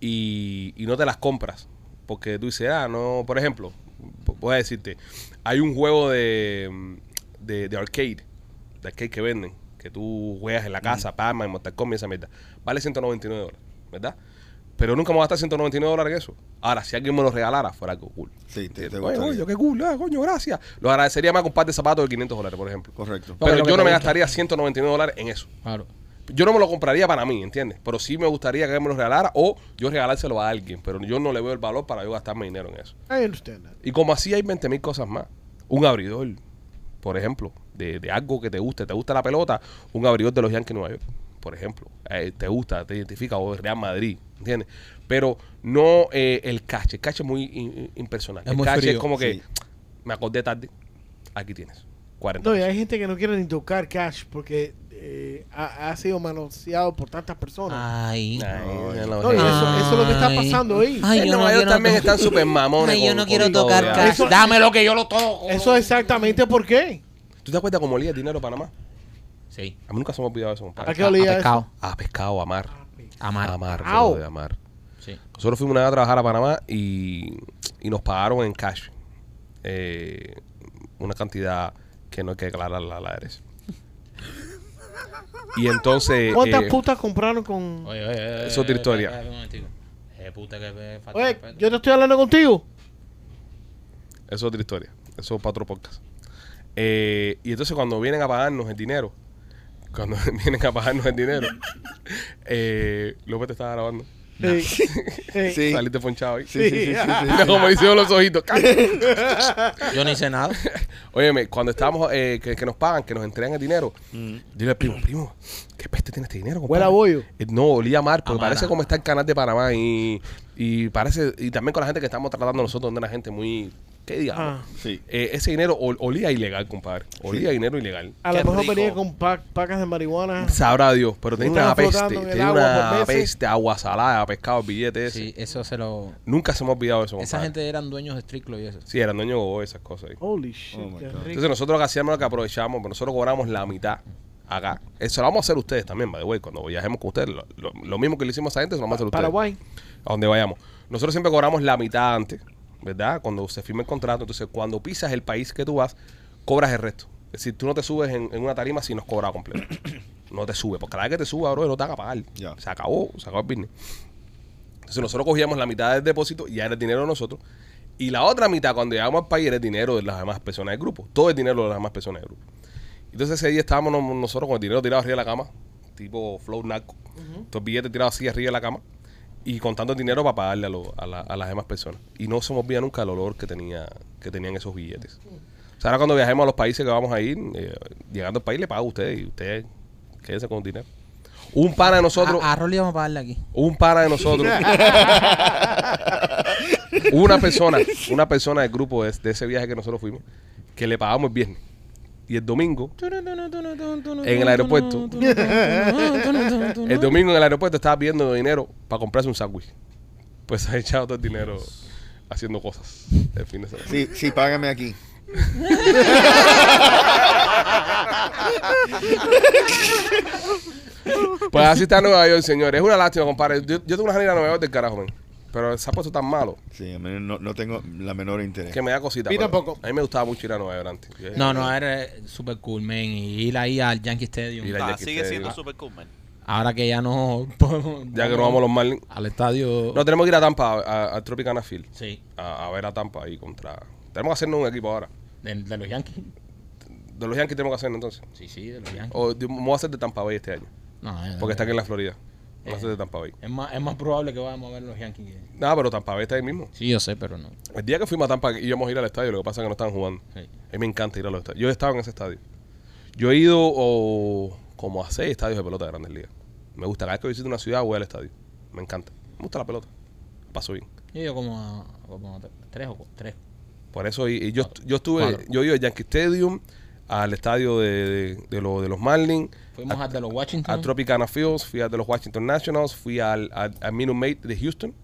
Y, y no te las compras. Porque tú dices, ah, no, por ejemplo, po- voy a decirte, hay un juego de, de, de arcade, de arcade que venden, que tú juegas en la casa, Palma, en Mortal Kombat, esa mierda. Vale 199 dólares, ¿verdad? Pero nunca me voy a gastar 199 dólares en eso. Ahora, si alguien me lo regalara, fuera algo cool.
Sí, te- te
Oye,
gustaría.
coño, qué cool, ah, coño, gracias. Lo agradecería más con un par de zapatos de 500 dólares, por ejemplo.
Correcto.
Pero
Porque lo que
yo no
te
me
gusta.
gastaría 199 dólares en eso.
Claro.
Yo no me lo compraría para mí, ¿entiendes? Pero sí me gustaría que alguien me lo regalara o yo regalárselo a alguien. Pero yo no le veo el valor para yo gastarme dinero en eso.
I understand that.
Y como así hay 20 mil cosas más. Un abridor, por ejemplo, de, de algo que te guste. ¿Te gusta la pelota? Un abridor de los Yankees de Nueva York, por ejemplo. Eh, te gusta, te identifica o Real Madrid, ¿entiendes? Pero no eh, el cache. El cache es muy in- impersonal.
Es
el
muy
cache
frío,
es como que
sí.
me acordé tarde. Aquí tienes. 40
No, y
pesos.
hay gente que no quiere ni tocar cash porque eh, ha, ha sido manoseado por tantas
Ah.
personas.
Ay.
Ay, ya
No, y eso,
sé.
eso es lo que está pasando ahí.
En Nueva York también están súper mamones.
Ay, yo
con-
no
con
quiero
todo,
tocar
ya.
cash.
Eso-
Dame lo que yo lo toco.
Eso es exactamente por qué.
¿Tú te acuerdas cómo olía el dinero de Panamá?
Sí. Ah,
A mí nunca se me ha olvidado eso, compadre.
¿A qué olía eso?
Pescado.
A pescado, a mar.
Amar.
A mar,
Au.
brother, a mar.
Sí.
Nosotros fuimos una vez a trabajar a Panamá y, y nos pagaron en cash eh, una cantidad que no hay que declararla a la ARS. Y entonces...
¿Cuántas
eh,
putas compraron con...? Oye,
Oye, oye, oye.
Es otra historia.
espera, espera un momentico. Eh, puta que me falta respeto.
yo te estoy hablando contigo.
Eso es otra historia. Eso es para otro podcast. Eh, y entonces cuando vienen a pagarnos el dinero, cuando <laughs> vienen a pagarnos el dinero, eh, López te estaba grabando.
Sí. Sí.
Sí.
Saliste ponchado ahí.
Sí, sí, sí, sí, sí.
<laughs> Mira cómo le hicieron los
<laughs>
ojitos.
Yo no hice
<laughs>
nada.
Óyeme, cuando estábamos, eh, que, que nos pagan, que nos entregan el dinero,
Mm.
dile al primo, primo, ¿qué peste tiene este dinero? compadre?"
Huele a bollo.
Eh, No, olía mal, porque
Amara.
parece como está el canal de Panamá y, y parece, y también con la gente que estamos tratando nosotros, donde la gente muy, ¿qué digamos?
Ah.
Sí.
Eh, ese dinero ol- olía ilegal, compadre. Olía a dinero ilegal.
A lo
Qué
mejor
rico.
venía con pa- pacas de marihuana.
Sabrá Dios, pero tenía
Estaba
una peste,
flotando en el
tenía
agua por
una
meses.
peste, agua salada, pescado, billete ese.
Sí, eso se lo.
Nunca se me ha olvidado eso, compadre.
Esa gente eran dueños de strictlo y eso.
Sí, eran dueños de Gogo, esas cosas ahí.
Holy shit.
Oh, my
qué
God.
rico.
Entonces nosotros lo que hacíamos, lo que aprovechábamos, pero nosotros cobramos la mitad acá. Eso lo vamos a hacer ustedes también, by the way. Cuando viajemos con ustedes, lo, lo- lo mismo que le hicimos a esa gente, se lo vamos a hacer ustedes.
Paraguay.
A donde vayamos. Nosotros siempre cobramos la mitad antes, ¿verdad? Cuando se firma el contrato. Entonces, cuando pisas el país que tú vas, cobras el resto. Es decir, tú no te subes en, en una tarima si no has cobrado completo. No te sube, porque cada vez que te suba, bro, no te haga pagar.
Ya.
Se acabó, se acabó el business. Entonces nosotros cogíamos la mitad del depósito y ya era el dinero de nosotros. Y la otra mitad, cuando llegamos al país, era el dinero de las demás personas del grupo. Todo el dinero de las demás personas del grupo. Entonces ese día estábamos no- nosotros con el dinero tirado arriba de la cama, tipo flow narco. Estos billetes tirados así arriba de la cama y contando el dinero para pagarle a, lo- a la- a las demás personas. Y no se me olvida nunca el olor que, tenía, que tenían esos billetes. O sea, ahora cuando viajemos a los países que vamos a ir, eh, llegando al país le pago a ustedes y ustedes quédense con el dinero. Un pana de nosotros...
A, a Rolly vamos a pagarle aquí.
Un para de nosotros. una persona, una persona del grupo de, de ese viaje que nosotros fuimos, que le pagamos el viernes. Y el domingo,
En
En el aeropuerto. el domingo en el aeropuerto estaba pidiendo dinero para comprarse un sándwich. Pues ha echado todo el dinero haciendo cosas el fin de semana.
Sí, sí, págame aquí.
Pues así está Nueva York, señores. Es una lástima, compadre. Yo, yo tengo una gira a Nueva York del carajo, men. Pero se ha puesto tan malo
Sí, a mí no, no tengo la menor interés.
que me da cosita.
Y
pero
tampoco.
A mí me gustaba mucho ir a Nueva York antes.
No, no, era eh, super cool, man. Y ir ahí al Yankee Stadium.
Ir a-
Ah,
ya que
sigue
te
siendo
digo.
super cool, man.
Ahora que ya no <laughs> podemos.
Ya que nos vamos a los Marlins.
Al estadio.
No, tenemos que ir a Tampa, a- al Tropicana Field,
Sí,
a, a ver a Tampa ahí contra... Tenemos que hacernos un equipo ahora.
de, de los Yankees.
De los Yankees tenemos que hacernos entonces.
Sí, sí, de los Yankees.
O de- me voy a hacer de Tampa Bay este año,
No, eh,
Oh, porque
eh,
está aquí en la Florida. Me voy a hacer de Tampa Bay.
es, más, es más probable que vayamos a ver los Yankees. que-
Nada, pero Tampa Bay está ahí mismo.
Sí, yo sé, pero no.
El día que fuimos a Tampa íbamos a ir al estadio, lo que pasa es que no estaban jugando.
Sí.
A mí me encanta ir a los estadios. Yo he estado en ese estadio. Yo he ido oh, como a seis estadios de pelota de Grandes Ligas. Me gusta. Cada vez que visito una ciudad voy al estadio. Me encanta. Me gusta la pelota. Paso bien.
Yo digo como a, como a tre- tres o cu- tres.
Por eso y, y yo,
Ah,
est- yo estuve,
Cuatro.
yo he ido al Yankee Stadium, al estadio de, de, de lo- de los Marlins,
Fuimos
a-
al de los
al
Washington.
Tropicana Fields, fui al de los Washington Nationals, fui al, al, al Minute Maid de Houston,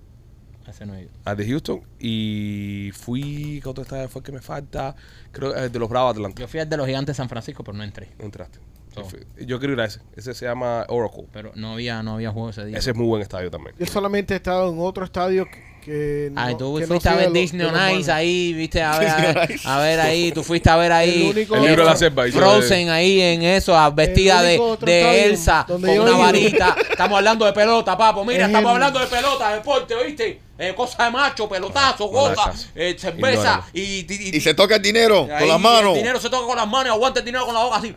Ese no he ido.
al de Houston, y fui, ¿qué otro estadio fue que me falta? Creo eh, de los Bravos de Atlanta.
Yo fui al de los Gigantes de San Francisco, pero no entré.
No entraste.
No.
Fui- Yo quiero ir a ese. Ese se llama Oracle.
Pero no había, no había juego ese día.
Ese es muy buen estadio también.
Yo solamente he estado en otro estadio que- que.
Ay,
no-
Ah, tú
que no
fuiste a
sea
ver
de los-
Disney
de
on
los
Ice
Marlins.
ahí, viste,
<laughs>
a ver, a ver, a ver ahí, tú fuiste a ver ahí.
El único-
El libro de la selva. hizo-
Frozen ahí en eso, a- vestida de,
único otro
de
estadio
Elsa, con
donde yo he
una
ido. <laughs>
varita. Estamos hablando de pelota, papo. Mira,
Es
estamos
el-
hablando de pelota, deporte, ¿oíste? Eh, cosa de macho, pelotazo,
No, no
gota,
estás.
eh, cerveza
Ignóralo.
y, y- y-
Y se toca el dinero
ahí
con las manos.
El dinero se toca con las manos, aguanta el dinero con la boca así.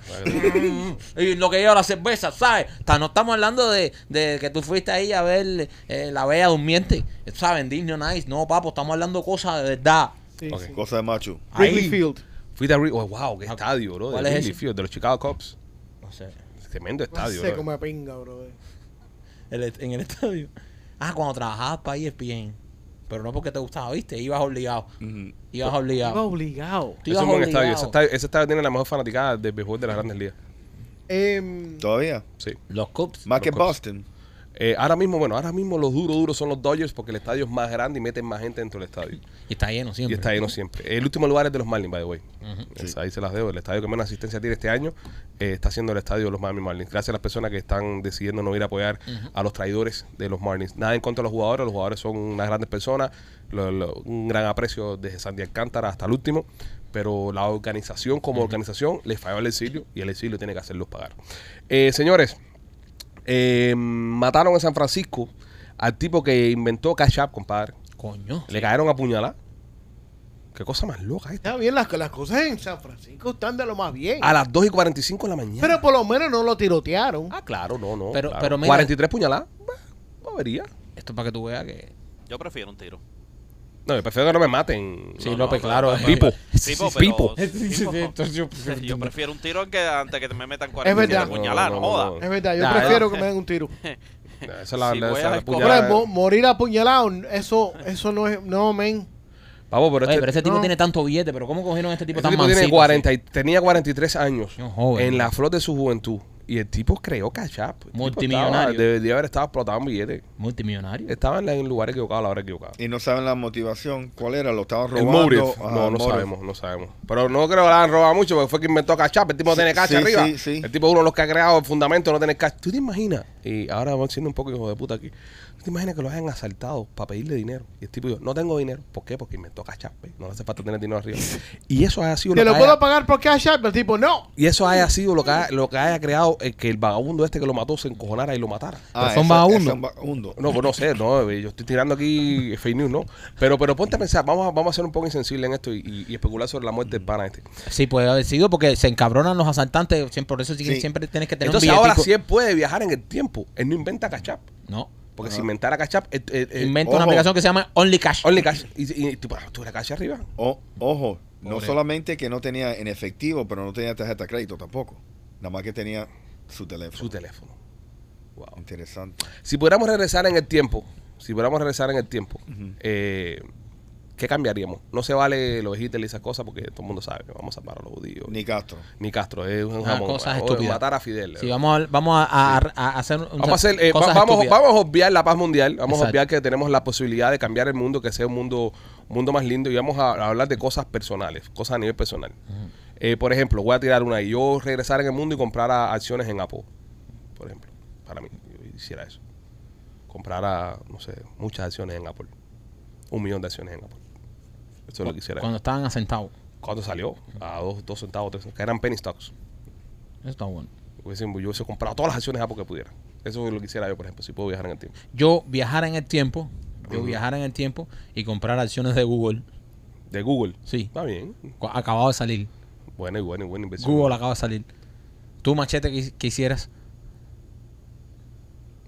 y lo que lleva la cerveza, ¿sabes? Ta- No estamos hablando de, de que tú fuiste ahí a ver eh, la bella durmiente, ¿sabes? Disney Nice. No, papo, estamos hablando cosas de verdad.
Sí,
Ok.
sí.
Cosa de macho.
Wrigley
Ahí.
Field.
Fuiste a Re- oh, wow, qué estadio, bro.
¿Cuál
de
es
Wrigley
ese?
Field, de los Chicago Cubs.
No sé.
Tremendo
No
estadio, eh.
sé
bro.
cómo pinga, bro.
El est- en el estadio. Ah, cuando trabajabas para ESPN. Pero no porque te gustaba, ¿viste? Ibas obligado. Ibas
Estaba
obligado.
obligado.
Tú
Ese es
ibas
un buen
obligado.
estadio. Ese estadio, ese estadio tiene la mejor fanaticada del béisbol de las grandes ligas.
Em,
Todavía.
Sí.
Los Cubs.
Más que
Los Cubs.
Boston.
Eh, ahora mismo, bueno, ahora mismo los duros, duros son los Dodgers porque el estadio es más grande y meten más gente dentro del estadio.
Y está lleno siempre.
Y está lleno siempre. El último lugar es de los Marlins, by the way.
Ujú.
Es- Ahí se las debo. El estadio que menos asistencia tiene este año eh, está siendo el estadio de los Miami Marlins. Gracias a las personas que están decidiendo no ir a apoyar a los traidores de los Marlins. Nada en contra de los jugadores. Los jugadores son unas grandes personas. Lo- lo- un gran aprecio desde Sandy Alcántara hasta el último. Pero la organización como organización le falló al exilio y el exilio tiene que hacerlos pagar. Eh, señores, eh, mataron en San Francisco al tipo que inventó Cash App, compadre.
Coño.
Le cayeron a puñalada. Qué cosa más loca esta.
Está bien, las, las cosas en San Francisco están de lo más bien.
Ah,
A las 2 y 45 de la mañana.
Pero por lo menos no lo tirotearon.
ah, claro, no, no.
Pero-
claro.
pero mira-
43 puñaladas. bah, Bobería.
Esto es para que tú veas que.
Yo prefiero un tiro.
No, yo prefiero que no me maten.
Sí,
No, no,
López,
no,
claro.
no,
es
no,
Pipo.
Pipo, pero- <laughs>
Pipo.
Pipo,
Entonces yo-
Yo prefiero un tiro que antes que me metan
verdad.
47 puñaladas,
No,
no,
no,
joda.
no,
Es verdad, yo
Nah,
prefiero
no.
que me den
<laughs>
un tiro.
<laughs> Esa es la,
Si
la- esa
voy
es
a
la
escoger-
puñalada.
Ahora, mo- morir apuñalado, eso, eso no es. No, men.
Pavo, pero
Oye,
este,
pero ese tipo
no.
tiene tanto billete, pero ¿cómo cogieron a este tipo
este
tan
tipo tiene
mansito?
40 y- tenía 43 años
No, joven.
en la flor de su juventud. Y el tipo creó cachap. El tipo
Multimillonario.
estaba- Debería haber estado explotado en billetes.
Multimillonario.
Estaba en la- en el lugar equivocado a la hora equivocada.
Y no saben la motivación. ¿Cuál era? ¿Lo estaban
El
robando?
motive.
Ajá,
no, no
motive.
sabemos, no sabemos. Pero no creo que la han robado mucho porque fue quien inventó Cachap. El tipo
Sí,
tiene cacha
sí,
arriba.
sí, sí.
El tipo es uno de los que ha creado el fundamento de no tener cacha. ¿Tú te imaginas? Y ahora vamos siendo un poco hijo de puta aquí. ¿Tú te imaginas que lo hayan asaltado para pedirle dinero? Y el tipo dijo, no tengo dinero. ¿Por qué? Porque inventó Cachap. ¿eh? No le hace falta tener dinero arriba. Y eso ha sido
Te
lo
lo
que haya-
puedo pagar por Cash App, pero el tipo, no.
y eso haya sido lo que, ha- lo que haya creado eh, que el vagabundo este que lo mató se encojonara y lo matara.
Ah,
Pero son
esa-
vagabundos.
esa es vagabundo.
No, pues no sé, no, eh, yo estoy tirando aquí fake news, ¿no? Pero, pero ponte a pensar, vamos a, vamos a ser un poco insensible en esto y, y- y especular sobre la muerte del pana este.
Sí, puede haber sido porque se encabronan los asaltantes. siempre- Por eso sí que
Sí.
siempre tienes que tener
Entonces
un
ahora
billetico.
sí él puede viajar en el tiempo. Él no inventa cachap.
No.
Porque si inventara cachap, eh, eh, eh,
Ah. Inventa una
ojo.
aplicación que se llama Only Cash.
only cash. Y, y tú, ah, tú la cash arriba.
O- ojo, no
Pobre.
solamente que no tenía en efectivo, pero no tenía tarjeta de crédito tampoco. Nada más que tenía su teléfono.
Su teléfono. Wow.
Interesante.
Si pudiéramos regresar en el tiempo, si pudiéramos regresar en el tiempo, eh, ¿qué cambiaríamos? No se vale los Hitler y esas cosas porque todo el mundo sabe que vamos a parar a los judíos.
Ni Castro.
Ni Castro, es un
Ah,
jamón.
cosas
O
estúpidas.
Matar a Fidel.
Sí, vamos a, vamos a, a- a- a hacer un-
Vamos a hacer, eh, va-
cosas
vamos,
estúpidas.
vamos a obviar la paz mundial, vamos a
Exacto.
obviar que tenemos la posibilidad de cambiar el mundo, que sea un mundo, un mundo más lindo y vamos a, a hablar de cosas personales, cosas a nivel personal. Eh, por ejemplo, voy a tirar una y yo regresar en el mundo y comprar acciones en Apple, por ejemplo, para mí, yo hiciera eso. Comprara, no sé, muchas acciones en Apple, un millón de acciones en Apple. Eso es lo que quisiera.
Cuando estaban asentados.
¿Cuándo salió? A dos, dos centavos, tres centavos, que eran penny stocks.
Eso está bueno.
Hubiese- Yo hubiese comprado todas las acciones de Apple que pudiera. Eso es lo que quisiera yo, por ejemplo, si puedo viajar en el tiempo.
Yo viajara en el tiempo. Yo viajara en el tiempo y comprar acciones de Google.
De Google.
Sí.
Está bien.
Cu- Acabado de salir.
Buena y buena y buena inversión.
Google acaba de salir. Tú, machete, que, que hicieras.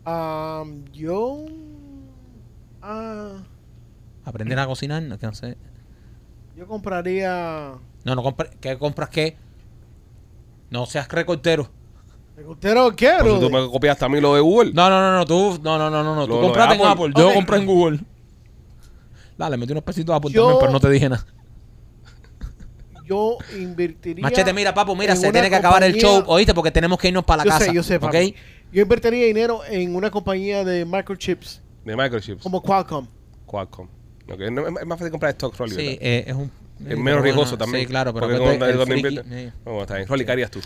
Am, Um, yo. ah,
Aprender a cocinar. No, que no sé.
yo compraría.
No, no compre- ¿Qué compras qué? No seas recortero.
¿Usted no quiere?
Por eso tú me copiaste a mí lo de Google.
No, no, no, no, tú, no, no, no, no, no.
Lo-
tú
lo de
compraste en
Apple.
Apple, yo
Ok.
compré en Google. Dale, metí unos pesitos a Apple
Yo-
también, pero no te dije nada.
Yo invertiría.
Machete, mira, papo, mira,
en
se
una
tiene que acabar el
compañía-
show, ¿oíste? Porque tenemos que irnos para la
yo
casa.
sé, yo sé,
¿ok?
papi. Yo invertiría dinero en una compañía de microchips
De microchips.
como Qualcomm.
Qualcomm. Ok, no, es es más fácil comprar stock, Rolly.
Sí,
¿verdad?
eh, es un...
es menos riesgoso también.
Sí, claro, pero...
Porque
acuérdate,
cuando- cuando
el friki,
inviertes-
eh.
No, está bien. Rolly, ¿qué harías tú?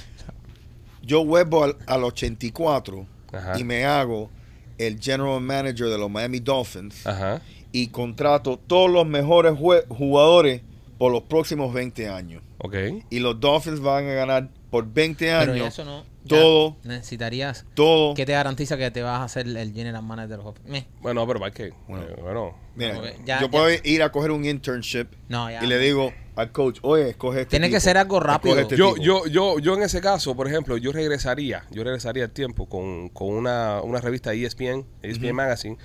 Yo vuelvo al, al 84
Ajá.
y me hago el general manager de los Miami Dolphins
Ajá.
y contrato todos los mejores jue- jugadores por los próximos 20 años.
Ok.
Y los Dolphins van a ganar por 20
Pero
años
eso no... ya
todo,
Necesitarías...
todo.
¿Qué te garantiza que te vas a hacer el general manager de los Dolphins? Meh,
Bueno, pero para que.
Bueno.
eh, Bueno.
Mira,
Ok, ya-
yo
ya.
puedo ir a coger un internship
No, ya.
y le digo al coach, oye, escoge este
Tiene que
tipo,
ser algo rápido.
escoge este
Yo,
tipo".
yo, yo, yo en ese caso, por ejemplo, yo regresaría, yo regresaría al tiempo con, con una, una revista E ESPN, ESPN Magazine,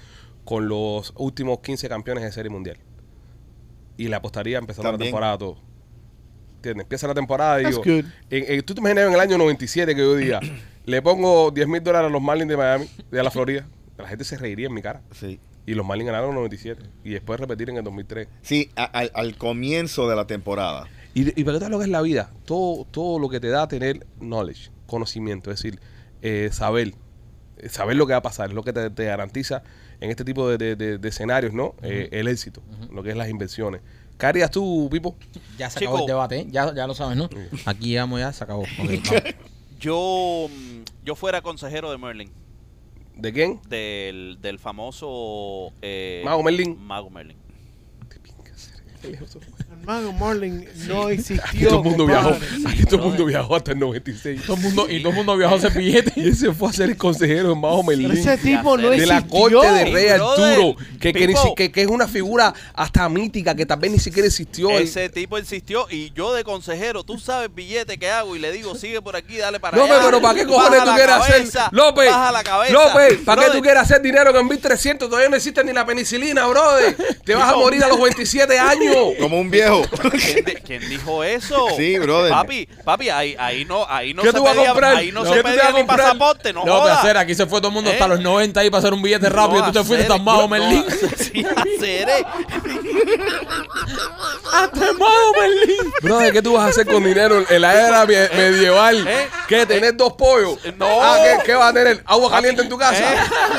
con los últimos 15 campeones de serie mundial. Y le apostaría empezando la
También.
temporada a todo. ¿Entiendes? Empieza la temporada y
That's
digo.
good.
en- en- Tú te imaginas en el año 97 que yo
<coughs>
diga, le pongo 10 mil dólares a los Marlins de Miami, de la Florida. La gente se reiría en mi cara.
Sí,
Y los Marlins ganaron en el 97. Y después repetir en el 2003.
Sí, a- al, al comienzo de la temporada.
Y, y para que tú veas lo que es la vida, todo, todo lo que te da tener knowledge, conocimiento, es decir, eh, saber, eh, saber lo que va a pasar, es lo que te, te garantiza en este tipo de, de- de- de escenarios, ¿no? Eh, el éxito, lo que es las inversiones. ¿Qué harías tú, Pipo?
Ya se acabó
Chico.
el debate, ¿eh? ya, ya lo sabes, ¿no? Aquí llegamos ya, se
<laughs>
acabó. Ok, vamos.
Yo, mm, yo fuera consejero de Merlin,
¿De quién?
del, del famoso... eh,
Mago Merlin.
Mago Merlin.
Hermano, Marlin
<laughs>
no
Aquí
existió.
todo el mundo viajó.
compadre.
Aquí <laughs> todo el mundo viajó hasta el 96.
Todo el mundo, y todo el mundo viajó
<laughs>
ese billete.
Y ese fue a ser el consejero en Bajo Melín.
Pero ese tipo no
de
existió.
la corte de Rey
Sí, brother.
Arturo, que, que, ni
Pipo.
si- que- que es una figura hasta mítica que tal vez ni siquiera existió.
Ese tipo insistió y yo de consejero, tú sabes billete que hago y le digo, sigue por aquí, dale para
López,
allá.
pero ¿para qué cojones
Baja
tú
la
quieres
cabeza,
hacer? López,
baja la cabeza.
López, ¿para qué
Brother,
tú quieres hacer dinero que en 1300 todavía no existe ni la penicilina, brother? Te vas a morir a los 27 años.
Como un
<laughs>
viejo. <laughs>
¿Quién, di- quién dijo eso?
Sí, brother.
Papi, papi, ahí, ahí no, ahí no
¿Qué
se
tú vas a
pedía,
comprar?
ahí no
¿Qué
se
tú te vas
pedía
a
ni
comprar?
pasaporte, no,
No, pero hacer,
joda.
aquí se fue todo el mundo
¿Eh?
hasta los 90 ahí para hacer un billete rápido. tú te fuiste
hacer,
tan bajo,
yo-
Merlín.
no, <laughs>
<laughs>
sí, hacer, eh.
Brother, ¿qué tú vas a hacer con dinero en la era mie- medieval?
¿Eh?
¿Qué? ¿Tener dos pollos?
No. eh.
Ah, ¿qué, qué vas a tener? ¿Agua caliente en tu casa?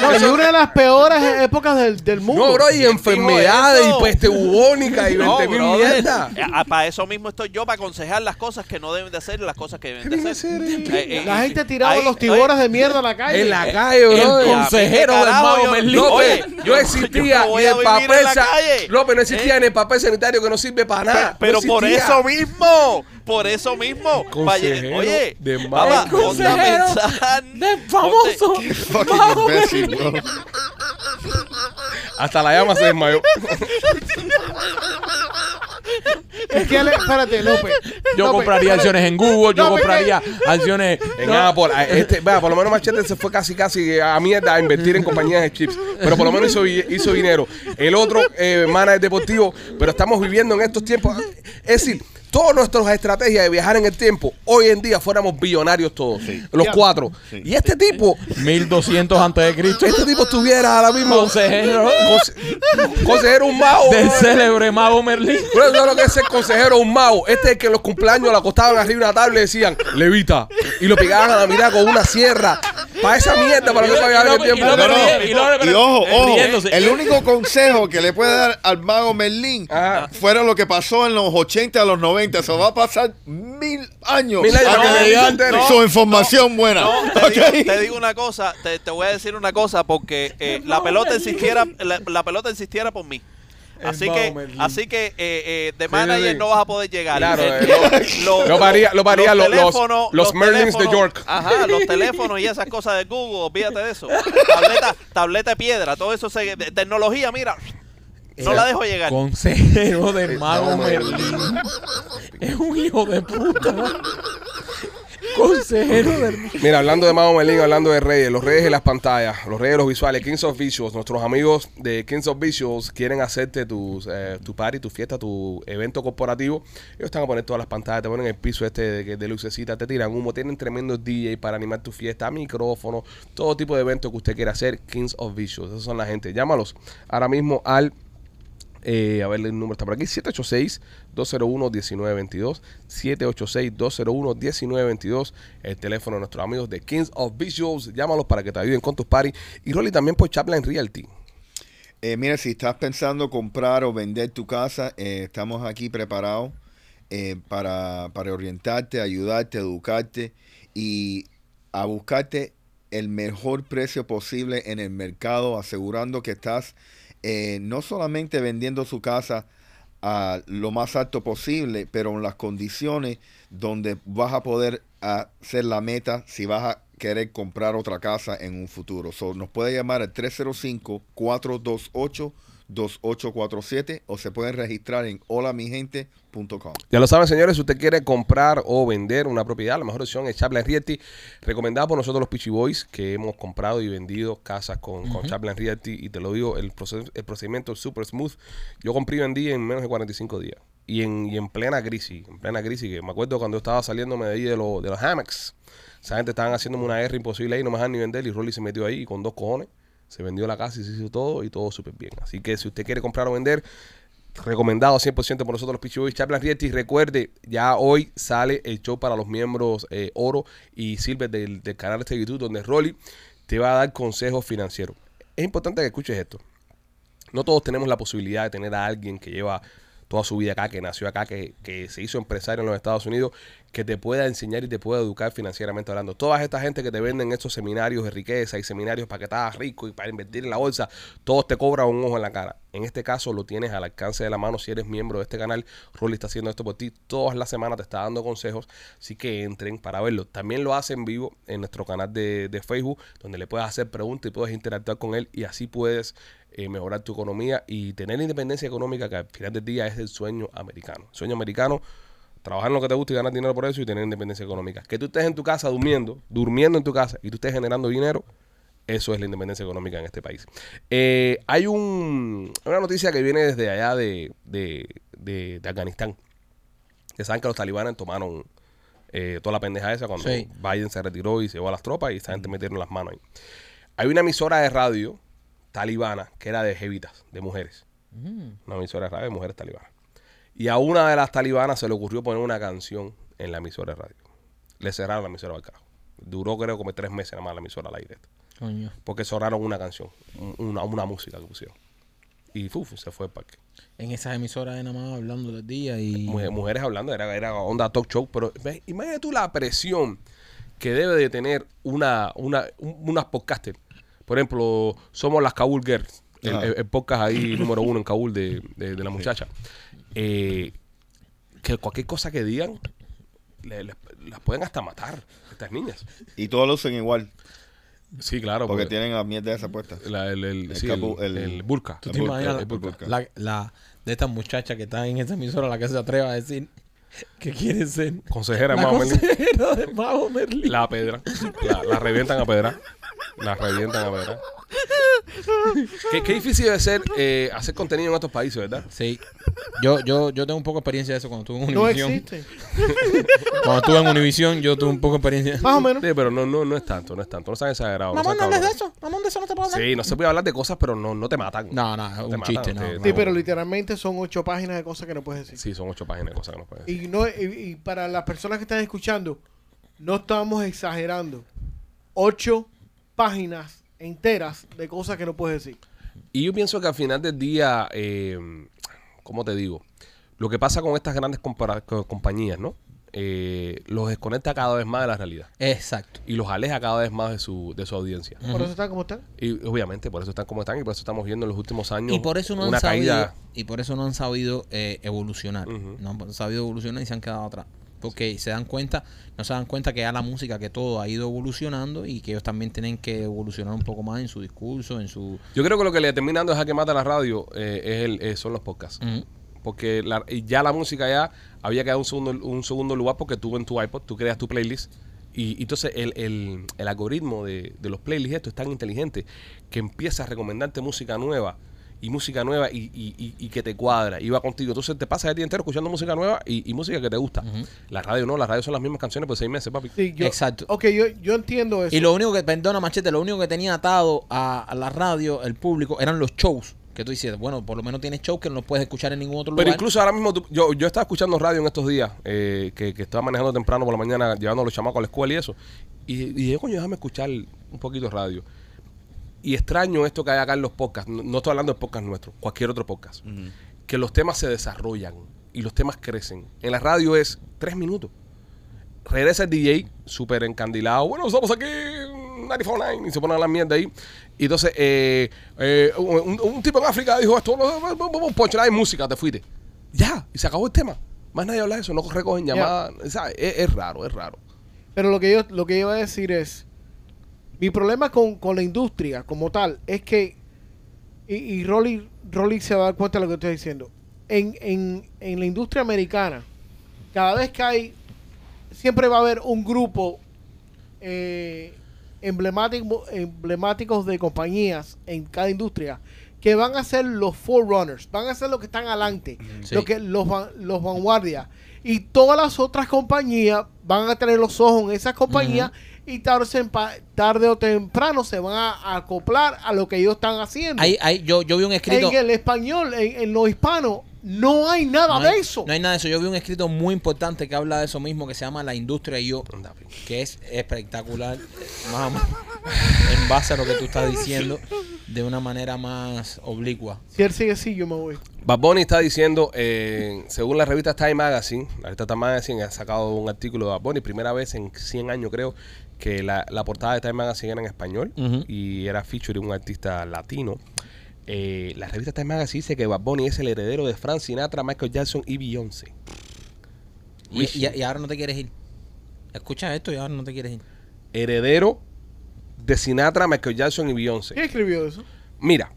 No, y una de las peores épocas del, del mundo.
No, bro, y enfermedades
eso?
y peste bubónica
<laughs>
y 20 mil mierdas.
para Eh, ah, eso mismo estoy yo, para aconsejar las cosas que no deben de hacer y las cosas que deben de hacer. Eh, eh,
La gente tiraba
ahí-
los tiboras
oye,
de mierda a la calle.
En la calle, bro.
el
ya,
consejero
viste,
del
carajo,
mago
yo-
Merlín.
López,
Oye,
yo
yo- yo
existía
no voy
ni
a
el
vivir en
papel
la
sa-
calle.
López, no existía
¿Eh?
ni el papel sanitario que no sirve para nada.
Pero
No
por
existía.
eso mismo, por eso mismo.
Consejero
oye,
de
papá,
Mago
ponte a
Consejero
pensar,
¡De
ponte-
famoso!
Fucking imbécil, bro.
Hasta la llama se desmayó.
Es que, le- espérate, López.
Yo
López,
compraría acciones en Google, yo
No, pero-
compraría acciones.
En
No,
Apple, a- este, vea, por lo menos Machete se fue casi casi a mierda a invertir en compañías de chips, pero por lo menos hizo, bi- hizo dinero. El otro eh, manager deportivo, pero estamos viviendo en estos tiempos. Es decir, todas nuestras estrategias de viajar en el tiempo, hoy en día fuéramos billonarios todos, los cuatro. Y este tipo,
1200 antes de Cristo.
este tipo estuviera ahora mismo
Consejero.
conse- consejero un mago.
Del
bro.
célebre mago Merlín.
Bro, eso es lo que es el consejero un mago. Este es el que en los cumpleaños la acostaban arriba de una tabla y decían, levita. Y lo pegaban a la mirada con una sierra. Para esa mierda, para que no se vaya a ver el
Y
tiempo.
no,
No,
pero
no.
bien, y no, pero-
Y ojo, ojo.
riéndose.
El único consejo que le puede dar al mago Merlín
Ah.
fuera lo que pasó en los 80 a los 90. Eso va a pasar mil años.
Mil años
a que
para que
le
le
digan
enteren.
su información buena.
No, te,
¿Ok?
digo, te digo una cosa, te, te voy a decir una cosa porque eh, la pelota insistiera, la, la pelota insistiera por mí. Así
mago
que,
Merlín.
así que eh, eh, de
sí,
manager
sí.
no vas a poder llegar.
Claro,
Eh,
eh, <laughs>
lo-
lo varía- lo varía lo- los-
teléfonos-
los Merlins de
teléfonos-
York.
Ajá, los teléfonos y esas cosas de Google, olvídate de eso. Tableta, tableta de piedra, todo eso, se- de- tecnología, mira, no
Eh,
la dejo llegar.
Consejero del mago
No,
Merlín. Es un hijo de puta. Consejero del
Mira, hablando de Mago Melín, hablando de reyes, los reyes de las pantallas, los reyes de los visuales, Kings of Visuals, nuestros amigos de Kings of Visuals quieren hacerte tus, eh, tu party, tu fiesta, tu evento corporativo. Ellos están a poner todas las pantallas, te ponen el piso este de, que- de lucecita, te tiran humo, tienen tremendos DJ para animar tu fiesta, micrófonos, todo tipo de evento que usted quiera hacer, Kings of Visuals, esos son la gente. Llámalos ahora mismo al eh, a ver, el número está por aquí. 786-201-1922. 786-201-1922. El teléfono de nuestros amigos de Kings of Visuals. Llámalos para que te ayuden con tus parties. Y Rolly también por Chapline Realty.
Eh, mira, si estás pensando comprar o vender tu casa, eh, estamos aquí preparados eh, para, para orientarte, ayudarte, educarte y a buscarte el mejor precio posible en el mercado, asegurando que estás eh, no solamente vendiendo su casa a lo más alto posible, pero en las condiciones donde vas a poder hacer la meta si vas a querer comprar otra casa en un futuro. So, nos puede llamar al 305-428-2847 o se pueden registrar en holamigente.com.
Ya lo saben, señores, si usted quiere comprar o vender una propiedad, la mejor opción es Chaplin Realty, recomendada por nosotros los Pichi Boys, que hemos comprado y vendido casas con, con Chaplin Realty. Y te lo digo, el, proceso, el procedimiento es súper smooth. Yo compré y vendí en menos de 45 días. Y en, y en plena crisis, en plena crisis, que me acuerdo cuando estaba saliéndome de ahí de, lo- de los hammocks, esa gente estaban haciéndome una guerra imposible ahí, no me dejaban ni vender, y Rolly se metió ahí y con dos cojones. Se vendió la casa y se hizo todo y todo súper bien. Así que si usted quiere comprar o vender, recomendado 100% por nosotros los Pichi Boys Chaplin Rieti. Recuerde, ya hoy sale el show para los miembros eh, Oro y Silver del, del canal de este YouTube, donde Rolly te va a dar consejos financieros. Es importante que escuches esto. No todos tenemos la posibilidad de tener a alguien que lleva toda su vida acá, que nació acá, que, que se hizo empresario en los Estados Unidos, que te pueda enseñar y te pueda educar financieramente hablando. Todas esta gente que te venden estos seminarios de riqueza y seminarios para que estás rico y para invertir en la bolsa, todos te cobran un ojo en la cara. En este caso lo tienes al alcance de la mano si eres miembro de este canal. Rolly está haciendo esto por ti. Todas las semanas te está dando consejos. Así que entren para verlo. También lo hace en vivo en nuestro canal de, de Facebook, donde le puedes hacer preguntas y puedes interactuar con él. Y así puedes eh, mejorar tu economía y tener la independencia económica, que al final del día es el sueño americano. El sueño americano trabajar en lo que te gusta y ganar dinero por eso y tener independencia económica. Que tú estés en tu casa durmiendo, durmiendo en tu casa y tú estés generando dinero, eso es la independencia económica en este país. Eh, hay un, una noticia que viene desde allá de, de, de- de Afganistán. Que saben que los talibanes tomaron eh, toda la pendeja esa cuando
Sí.
Biden se retiró y se llevó a las tropas y esta gente metieron las manos ahí. Hay una emisora de radio talibana que era de jevitas, de mujeres. Una emisora de radio de mujeres talibanas. Y a una de las talibanas se le ocurrió poner una canción en la emisora de radio. Le cerraron la emisora al carajo. Duró creo como tres meses nada más la emisora al aire.
Coño.
Porque sonaron una canción, un- una, una música que pusieron. Y uf, se fue el parque.
En esas emisoras de nada más hablando del día y.
Mujer- mujeres hablando, era, era onda talk show, pero ve, imagínate tú la presión que debe de tener una, una, un- unas podcasters. Por ejemplo, somos las Kabul Girls, el,
Ajá.
el- el podcast
<coughs>
ahí número uno en Kabul de, de- de la muchacha. Eh, que cualquier cosa que digan, le- le- las pueden hasta matar, estas niñas.
Y todos lo usan igual.
Sí, claro.
Porque tienen la mierda esa puesta.
la- el, el,
el
sí,
capu-
el-
el-
el burka.
¿Tú
¿Tú te
Burka,
imaginas
el burka.
burka.
la, la- la- de estas muchachas que están en esa emisora la que se atreva a decir que quiere ser
Consejera,
la
más o menos.
consejera de Mago Merlín?
La pedra. La, la revientan a pedra. La revientan a pedra. Qué, qué difícil debe ser eh, hacer contenido en estos países, ¿verdad?
Sí. Yo, yo, yo tengo un poco de experiencia de eso cuando estuve en
No
Univision.
existe.
cuando estuve en Univision, yo tuve un poco de experiencia.
Más o menos.
Sí, pero no, no, no es tanto, no es tanto. No sean exagerados.
Mamón,
sean
no hables de
cabrones.
eso. Mamón, de eso no te puedo hablar.
Sí, no se puede hablar de cosas, pero no, no te matan.
No, no, es
te
un
matan,
chiste,
te-
no, no.
Sí, pero literalmente son ocho páginas de cosas que no puedes decir.
Sí, son ocho páginas de cosas que no puedes decir.
Y, no, y, y para las personas que están escuchando, no estamos exagerando. Ocho páginas enteras de cosas que no puedes decir.
Y yo pienso que al final del día, eh, ¿cómo te digo? Lo que pasa con estas grandes compara- co- compañías, ¿no? Eh, los desconecta cada vez más de la realidad
Exacto.
y los aleja cada vez más de su, de su audiencia.
Por eso está como está.
Y obviamente por eso están como están y por eso estamos viendo en los últimos años
Y por eso no han
una
sabido,
caída.
y por eso no han sabido eh, evolucionar.
Ujú.
No han sabido evolucionar y se han quedado atrás. Porque se dan cuenta, no se dan cuenta que ya la música, que todo ha ido evolucionando y que ellos también tienen que evolucionar un poco más en su discurso, en su...
Yo creo que lo que le termina dando es a que mata la radio eh, es el, eh, son los podcasts.
Ujú.
Porque la- y ya la música ya había quedado un segundo, un segundo lugar porque tú en tu iPod, tú creas tu playlist. Y, y entonces el, el- el algoritmo de, de los playlists esto es tan inteligente que empieza a recomendarte música nueva y música nueva y, y- y- y que te cuadra y va contigo. Entonces te pasas el día entero escuchando música nueva y, y música que te gusta. La radio no, la radio son las mismas canciones por seis meses, papi.
Sí, yo-
Exacto.
Ok, yo, yo entiendo eso.
Y lo único que, perdona Machete, lo único que tenía atado a, a la radio, el público, eran los shows. Que tú dices, bueno, por lo menos tienes shows que no los puedes escuchar en ningún otro
Pero
lugar.
incluso ahora mismo, tú- yo, yo estaba escuchando radio en estos días, eh, que, que estaba manejando temprano por la mañana, llevando a los chamacos a la escuela y eso. Y, y dije, coño, déjame escuchar un poquito de radio. Y extraño esto que hay acá en los podcasts. No, no estoy hablando de podcast nuestro, cualquier otro podcast. Que los temas se desarrollan y los temas crecen. En la radio es tres minutos. Regresa el DJ súper encandilado. Bueno, estamos aquí en 949 y se pone a la mierda ahí. Y entonces, eh, eh, un, un- un tipo en África dijo esto, poncho, hay música, te fuiste. Ya, y se acabó el tema. Más nadie habla de eso, no recogen
Ya.
llamadas. ¿sabes? Es, es raro, es raro.
Pero lo que yo lo que yo iba a decir es, mi problema con, con la industria como tal es que, y, y Rolly, Rolly se va a dar cuenta de lo que estoy diciendo, en, en, en la industria americana, cada vez que hay, siempre va a haber un grupo eh, emblemático, emblemáticos de compañías en cada industria que van a ser los forerunners, van a ser los que están adelante,
Sí.
los que los, van- los vanguardias. Y todas las otras compañías van a tener los ojos en esas compañías y tarde, o sempa- tarde o temprano se van a acoplar a lo que ellos están haciendo.
Ahí- ahí yo, yo vi un escrito...
en el español, en, en lo hispano, no hay nada
no hay,
de eso.
no hay nada de eso. Yo vi un escrito muy importante que habla de eso mismo, que se llama La Industria y yo, que es espectacular, eh, más o menos, en base a lo que tú estás diciendo, de una manera más oblicua.
Si él sigue así, yo me voy.
Bad Bunny está diciendo, eh, según la revista Time Magazine, la revista Time Magazine ha sacado un artículo de Bad Bunny, primera vez en 100 años creo, que la, la portada de Time Magazine era en español
Ujú.
y era featuring un artista latino. Eh, la revista Time Magazine dice que Bad Bunny es el heredero de Frank Sinatra, Michael Jackson y Beyoncé.
Y, y- y ahora no te quieres ir. Escucha esto y ahora no te quieres ir.
Heredero de Sinatra, Michael Jackson y Beyoncé.
¿Quién escribió eso?
Mira,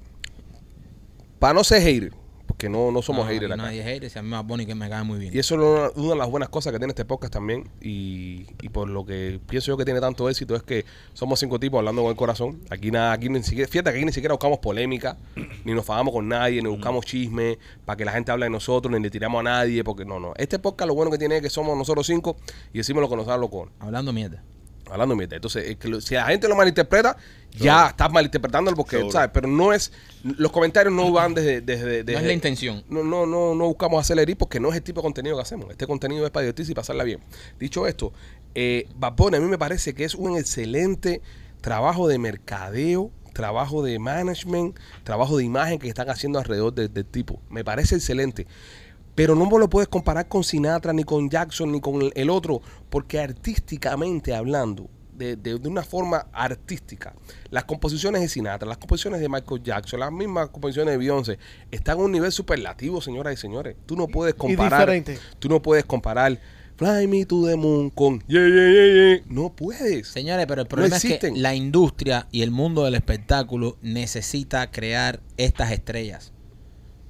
para no ser hater, porque no, no
Ah,
somos
No,
haters
aquí
acá.
Nadie es hater, si a mí más Bonnie que me cae muy bien.
Y eso es una, una de las buenas cosas que tiene este podcast también. Y, y por lo que pienso yo que tiene tanto éxito es que somos cinco tipos hablando con el corazón. Aquí nada, aquí ni siquiera, fíjate que aquí ni siquiera buscamos polémica, ni nos fagamos con nadie,
Mm.
ni buscamos chisme para que la gente hable de nosotros, ni le tiramos a nadie, porque no, no. Este podcast lo bueno que tiene es que somos nosotros cinco y decimos lo que nos da lo con.
Hablando mierda.
Hablando mierda. Entonces, eh, que lo- si la gente lo malinterpreta, ya estás malinterpretándolo porque,
Seguro.
¿sabes? Pero no es. Los comentarios no van desde. desde,
No es
desde-
la intención.
No, no, no, no buscamos hacer herir porque no es el tipo de contenido que hacemos. Este contenido es para divertirse y pasarla bien. Dicho esto, eh, Bad Bunny a mí me parece que es un excelente trabajo de mercadeo, trabajo de management, trabajo de imagen que están haciendo alrededor de- del tipo. Me parece excelente. Pero no me lo puedes comparar con Sinatra, ni con Jackson, ni con el otro, porque artísticamente hablando, de, de- de una forma artística, las composiciones de Sinatra, las composiciones de Michael Jackson, las mismas composiciones de Beyoncé, están a un nivel superlativo, señoras y señores. Tú no puedes comparar.
diferente.
Tú no puedes comparar Fly Me to the Moon con Yeah, yeah, yeah, yeah. No puedes.
Señores, pero el problema es que
existen.
la industria y el mundo del espectáculo necesita crear estas estrellas.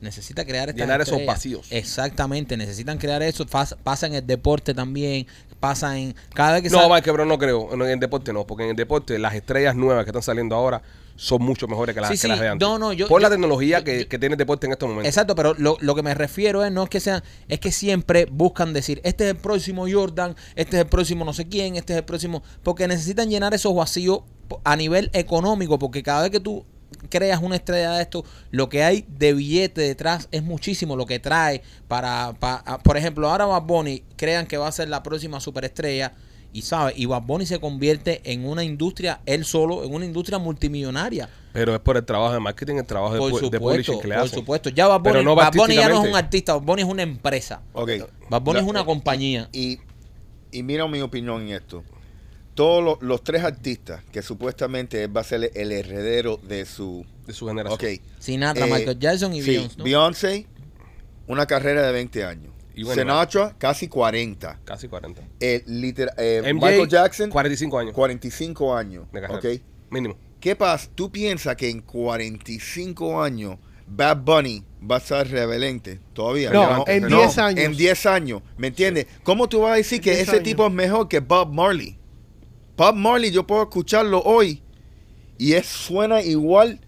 Necesita crear estas
Llenar esos
estrellas.
vacíos.
Exactamente, necesitan crear eso. Pas- pasa en el deporte también, pasa en cada vez que
No,
sal-
Mike, pero no creo. No, En el deporte no, porque en el deporte las estrellas nuevas que están saliendo ahora son mucho mejores que las,
Sí,
que
sí.
las de antes.
No, no, yo-
Por la
yo-
tecnología
yo-
que,
yo-
que tiene el deporte en estos momentos.
Exacto, pero lo, lo que me refiero es no es que sean, es que siempre buscan decir, este es el próximo Jordan, este es el próximo no sé quién, este es el próximo, porque necesitan llenar esos vacíos po- a nivel económico, porque cada vez que tú creas una estrella de esto, lo que hay de billete detrás es muchísimo, lo que trae para, pa- a- por ejemplo, ahora Bad Bunny crean que va a ser la próxima superestrella. Y sabe, y Bad Bunny se convierte en una industria, él solo, en una industria multimillonaria.
Pero es por el trabajo de marketing, el trabajo de,
Por
pu- de
supuesto,
publishing que le
por
hacen.
supuesto. Ya Bad
Pero
Bunny,
no
Bad Bunny ya no es un
artísticamente.
artista, Bad Bunny es una empresa.
Ok.
Bad Bunny
La-
es una compañía.
Y, y mira mi opinión en esto. Todos los, los tres artistas que supuestamente él va a ser el heredero de su...
De su generación.
Ok.
Sinatra,
eh,
Michael Jackson y
sí,
Beyoncé. ¿no?
Beyoncé, una carrera de 20 años.
Y bueno,
Sinatra, casi 40.
Casi 40.
Eh, litera- eh,
MJ,
Michael Jackson,
45 años
45 años.
de carrera.
Ok.
Mínimo.
¿Qué pasa? ¿Tú piensas que en 45 años Bad Bunny va a ser rebelente todavía?
No, en 10 años.
En 10 años, ¿me entiendes? ¿Cómo tú vas a decir
En
que
10
ese
años.
tipo es mejor que Bob Marley? Bob Marley yo puedo escucharlo hoy y es, suena igual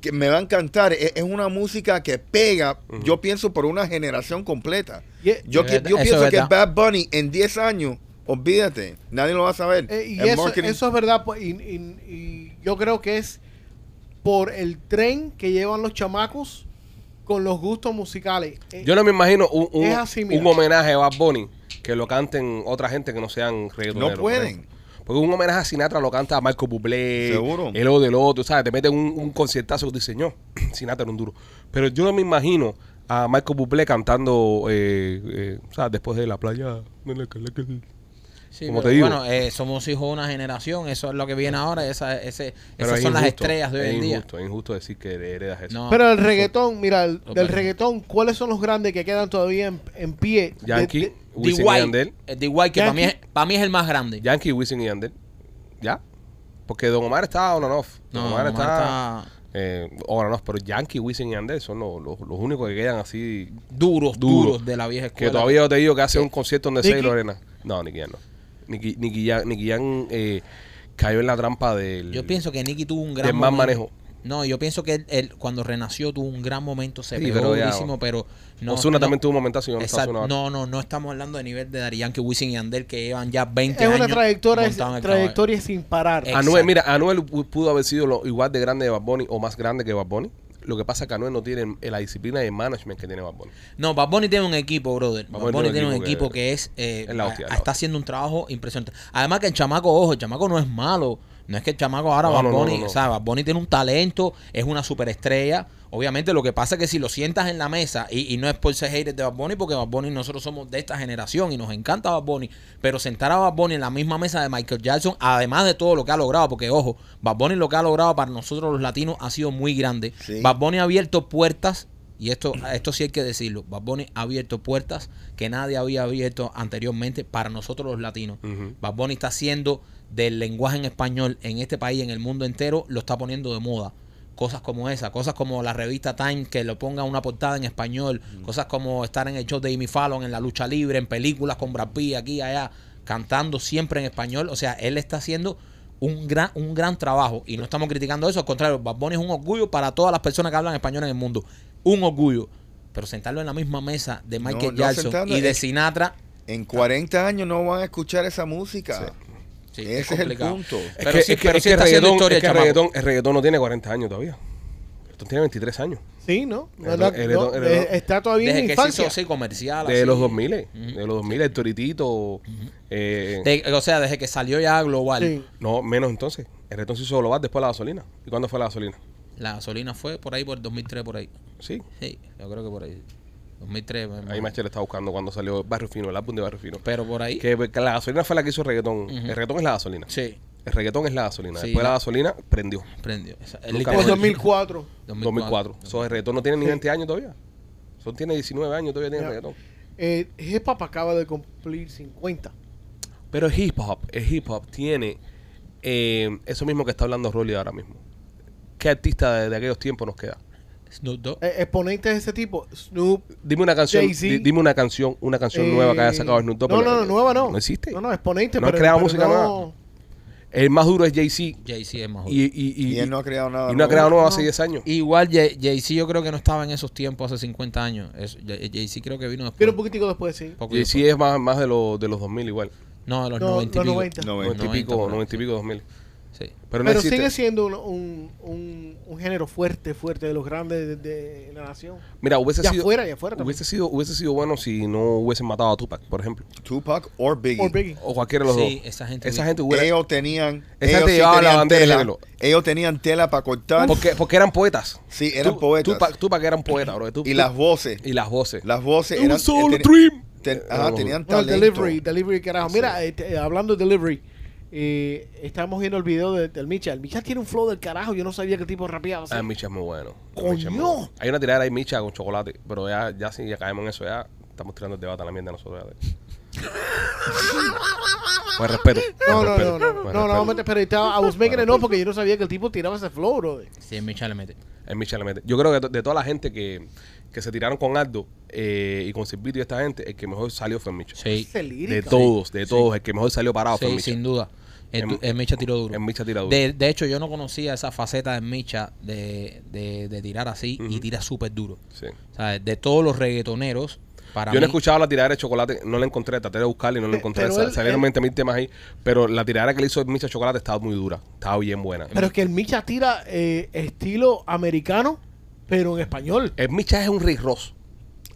que me va a encantar. Es, es una música que pega, yo pienso, por una generación completa.
Y- e,
Yo,
Es
que-
verdad,
yo
eso
pienso
es
que
verdad.
Bad Bunny en 10 años, olvídate, nadie lo va a saber.
Eh, y
El
eso,
marketing-
eso es verdad. pues, Y, y- y yo creo que es por el tren que llevan los chamacos con los gustos musicales. Eh,
Yo no me imagino un, un-
Es así, mira.
un homenaje a Bad Bunny que lo canten otra gente que no sean reggaetoneros.
No
por
pueden.
ejemplo. Porque un homenaje a Sinatra lo canta a Marco Bublé.
Seguro.
El o del otro, ¿sabes? Te meten un, un conciertazo que tú dices, "No, <clears throat> Sinatra era un duro. Pero yo no me imagino a Marco Bublé cantando, eh, eh, ¿sabes? Después de la playa.
Sí,
como
pero
te digo.
Bueno, eh, somos hijos de una generación, eso es lo que viene ahora, esa, ese,
Pero
esas
es
son las
injusto,
estrellas de hoy
es
en día.
injusto, Es injusto decir que heredas eso.
No,
Pero el reggaetón, mira, el- del
parece.
reggaetón, ¿cuáles son los grandes que quedan todavía en, en pie? De-
Yankee,
de-
Wisin y
D.Y.,
Yandel.
eh, D.Y. que para mí, es, para mí es el más grande.
Yankee, Wisin y Yandel. ¿Ya? Porque Don Omar está on and off. Don
No,
Omar,
Omar
está.
está-
eh, on and off, pero Yankee, Wisin y Yandel son los, los- los únicos que quedan así.
Duros,
Duro.
duros, de la vieja
Que
escuela.
todavía yo te digo que hace
eh,
un concierto donde
Nicky.
se Lorena. No, Nicky Jan no. Nicky, Nicky Jan, Nicky Jan, eh, cayó en la trampa del.
Yo pienso que Nicky tuvo un gran
Del mal
momento.
manejo.
No, yo pienso que él, él cuando renació tuvo un gran momento, se
Sí,
pegó
pero ya-
durísimo, pero no.
Ozuna
no-
también tuvo un momentazo y yo no estaba
Exacto.
Ozuna ahora.
No, no, no estamos hablando de nivel de Dari Yankee, Wisin y Andel que llevan ya 20
Es
años.
una trayectoria,
montado en el
trayectoria sin parar. Ah,
Eh,
Anuel,
Exacto.
mira, Anuel pu- pudo haber sido lo, igual de grande de Bad Bunny o más grande que Bad Bunny. Lo que pasa es que Anuel no tiene la disciplina y el management que tiene Bad Bunny.
caballo. No, Bad Bunny tiene un equipo, brother. Bad Bunny, tiene un equipo que, es... eh,
es la hostia,
a-
la
está
hostia.
haciendo un trabajo impresionante. Además que el chamaco, ojo, el chamaco no es malo. No es que el chamaco ahora
No,
Bad
no, no,
Bunny,
no, no.
o sea, Bad Bunny tiene un talento, es una superestrella. Obviamente lo que pasa es que si lo sientas en la mesa, y, y no es por ser haters de Bad Bunny, porque Bad Bunny nosotros somos de esta generación y nos encanta Bad Bunny, pero sentar a Bad Bunny en la misma mesa de Michael Jackson, además de todo lo que ha logrado, porque ojo, Bad Bunny lo que ha logrado para nosotros los latinos ha sido muy grande.
Sí.
Bad Bunny ha abierto puertas y esto, esto sí hay que decirlo. Bad Bunny ha abierto puertas que nadie había abierto anteriormente para nosotros los latinos.
Ujú.
Bad Bunny está haciendo del lenguaje en español en este país, en el mundo entero, lo está poniendo de moda. Cosas como esa, cosas como la revista Time que lo ponga una portada en español, cosas como estar en el show de Jimmy Fallon, en la lucha libre, en películas con Brad Pitt, aquí, allá, cantando siempre en español. O sea, él está haciendo un gran, un gran trabajo y no estamos criticando eso, al contrario, Bad Bunny es un orgullo para todas las personas que hablan español en el mundo. Un orgullo. Pero sentarlo en la misma mesa de Michael
no
Jackson
sentarlo,
y de
es-
Sinatra,
En 40 años no van a escuchar esa música.
sí,
Ese es, el
complicado.
punto.
Es
Pero
que,
sí-
es que,
pero
es
sí
que el
está haciendo
reggaetón,
historia
es que
el
el
chamaco.
reggaetón, el reggaetón no tiene 40 años todavía. El reggaetón tiene 23 años.
Sí, ¿no? No,
El
no,
don- el
no,
don- el
eh,
don-
está todavía
Desde
en
que se
infancia.
hizo así comercial.
De
así.
los 2000, eh. de los 2000, el Toritito. eh,
De- o sea, desde que salió ya global.
Sí.
no, menos entonces. El reggaetón se hizo global después de la gasolina. ¿Y cuándo fue la gasolina?
La gasolina fue por ahí, por el 2003, por ahí.
Sí.
Sí, yo creo que por ahí. 2003. me- me-
Ahí Master está buscando cuando salió Barrio Fino, el álbum de Barrio Fino.
Pero por ahí.
Que que la gasolina fue la que hizo el reggaetón. El reggaetón es la gasolina.
Sí,
El reggaetón es la gasolina.
Sí,
Después la
la-
gasolina prendió.
prendió. Esa-
Nunca
literal-
En 2004.
2004. So, el reggaetón no tiene ni 20 años todavía. Son tiene 19 años todavía tiene
Ya.
reggaetón.
Eh, Hip Hop acaba de cumplir 50.
Pero el hip hop, el hip hop tiene eh, eso mismo que está hablando Rolly ahora mismo. ¿Qué artista de, de aquellos tiempos nos queda?
Snoop Dogg.
Eh, exponentes de ese tipo, Snoop.
Dime una canción,
Jay-Z.
di- dime una canción, una canción nueva que haya
eh,
sacado Snoop Dogg.
No,
pero-
no, no, nueva no.
No existe.
No, no, exponente.
No han creado música nueva. El más duro es Jay-Z
Jay-Z es más
y,
joven.
y, y-
Y él no ha creado nada.
y no ha creado
nuevo.
nueva hace 10 años.
Igual Jay- Jay-Z yo creo que no estaba en esos tiempos hace 50 años. Es- Jay- Jay-Z creo que vino después.
Pero un poquitico después, sí.
Poco
Jay-Z
después.
es más, más de, los de los 2000 igual.
No, de los
No,
90 y
los
pico.
90.
No,
90 Pues y
90
pico,
por ahí.
90 y pico, 2000.
Sí.
Pero, no
Pero
existe.
sigue siendo un, un, un, un género fuerte, fuerte de los grandes de, de la nación.
Mira, hubiese
Y
sido,
afuera, y afuera también.
hubiese sido hubiese sido bueno si no hubiesen matado a Tupac, por ejemplo.
Tupac o Biggie.
Por Biggie.
O cualquiera de los
Sí,
dos.
esa gente
Esa
hubiera-
gente hubiera-
Ellos tenían,
Esa
ellos
gente
sí
llevaba la
tenían
bandera de
tela.
negro.
Ellos tenían tela para cortar.
Porque, porque eran poetas.
Sí, eran
Tú-
poetas.
Tupac, Tupac era un poeta, bro. Tú-
y las voces.
y las voces.
Las voces
It
eran.
was all a
teni-
dream. Oh.
ten- ajá, tenían
No, el
talento.
delivery, delivery, carajo. Mira, este, eh, hablando de delivery, eh, estamos viendo el video de- del Micha. El Micha tiene un flow del carajo. Yo no sabía qué tipo rapeaba. así.
Ah, Micha es muy bueno.
¡Coño!
Micha es muy bueno. Hay una tirada ahí, Micha, con chocolate. Pero ya, ya si ya caemos en eso, ya estamos tirando el debate a la mierda nosotros.
<laughs>
Ya. Con respeto.
no,
con
no,
respeto,
no, no,
con
no, no,
respeto.
no, pero estaba, I was making it up porque yo no sabía que el tipo tiraba ese flow, bro.
Sí, Micha le mete.
El Micha le mete. Yo creo que de, de toda la gente que, que se tiraron con Aldo eh, y con Silvito y esta gente, el que mejor salió fue Micha.
Sí.
Ese
De
lírica.
todos, de todos. El que mejor salió parado Ah, fue
Sí,
Micha.
sin duda. El,
En-
el Micha tiró duro.
en Micha tira duro.
De, de hecho, yo no conocía esa faceta de Micha de, de, de tirar así y tira súper duro.
Sí.
O sea, de todos los reggaetoneros, para
Yo no he
mí,
escuchado la tiradera de chocolate, no la encontré, traté de buscarla y no la
Pe-
encontré.
pero
Sa-
él-
Salieron
él-
20 mil temas ahí, pero la tiradera que le hizo Micha Chocolate estaba muy dura, estaba bien buena.
Pero es que el Micha tira eh, estilo americano, pero en español.
El Micha es un Rick Ross.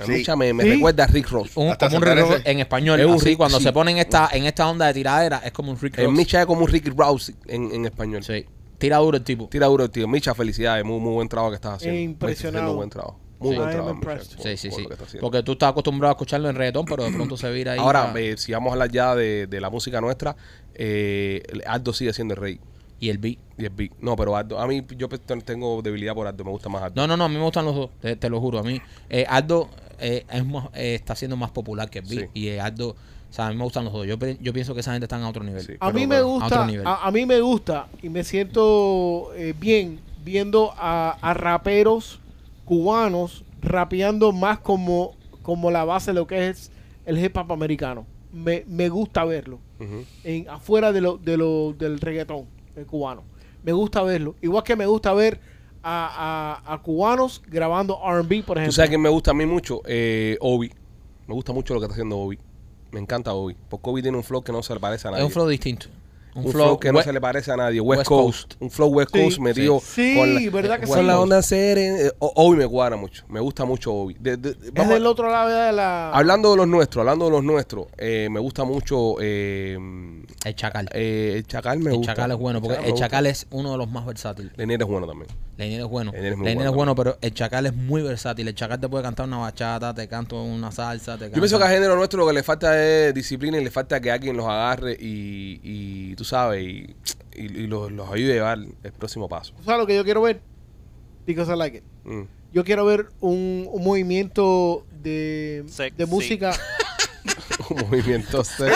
El
Sí.
Micha me, me
Sí.
recuerda a Rick Ross.
un,
Hasta
como un
se
Rick
parece.
Ross en español.
Es un
así,
Rick-
cuando
sí.
se ponen en esta, en esta onda de tiradera, es como un Rick
El
Ross.
Micha es como un Ricky Rouse en, en español.
Sí. Tira duro el tipo.
Tira duro, tío. Micha, felicidades. Muy, muy buen trabajo que estás haciendo.
Impresionado.
Muy buen trabajo. Muy
Sí.
buen
I am
trabajo.
impressed.
Micha, por-
Sí, sí,
por
sí.
lo que estás haciendo.
Porque tú estás acostumbrado a escucharlo en reggaetón, pero de pronto se vira ahí.
Ahora,
pa-
eh, si vamos a hablar ya de, de la música nuestra, eh, Aldo sigue siendo el rey.
y el beat.
Y el Big. No, pero Aldo, a mí yo pe- tengo debilidad por Aldo. Me gusta más Aldo.
No, no, no, a mí me gustan los dos, te, te lo juro. A mí, eh, Aldo eh, es más- eh, está siendo más popular que el
Sí.
Big. Y eh, Aldo, o sea, a mí me gustan los dos. Yo, pe- yo pienso que esa gente está en otro nivel.
Sí.
A
Pero
mí
a
me
otro
gusta,
nivel.
a, a mí me gusta y me siento eh, bien viendo a, a raperos cubanos rapeando más como, como la base de lo que es el hip hop americano. Me, me gusta verlo
Ujú.
en, afuera de lo, de lo, del reggaetón eh, cubano. Me gusta verlo. Igual que me gusta ver a, a- a cubanos grabando RB, por ejemplo.
¿Tú sabes quién me gusta a mí mucho? Eh, Obi. Me gusta mucho lo que está haciendo Obi. Me encanta Obi. Porque Obi tiene un flow que no se le parece a nadie.
Es un flow distinto.
Un,
Un
flow,
flow
que no
we-
se le parece a nadie. West,
West
Coast.
Coast.
Un flow West
Sí,
Coast metido
sí.
con
Sí,
la,
verdad que
con
sí.
la onda serie. Hoy me cuadra mucho. Me gusta mucho Obi. De- de-
Es
vamos a-
del otro lado de la...
hablando de los nuestros, hablando de los nuestros, eh, me gusta mucho eh,
El chacal.
eh, el Chacal. Me
el
gusta.
chacal es bueno, porque
me
el
gusta.
chacal es uno de los más versátiles.
Lenier es bueno también.
Lenier es bueno.
Lenier
Lenier
es
es,
muy
bueno,
bueno
pero el chacal es muy versátil. El chacal te puede cantar una bachata, te canta una salsa, te canta...
Yo pienso que al género nuestro lo que le falta es disciplina y le falta que alguien los agarre y, y tú sabes, y, y- y los, los ayude a llevar el próximo paso.
¿Tú ¿Sabes lo que yo quiero ver? Because I like it.
Mm. <laughs>
Yo quiero ver un, un movimiento de,
Sexy.
de música.
<laughs>
Un
<laughs>
movimiento sexy.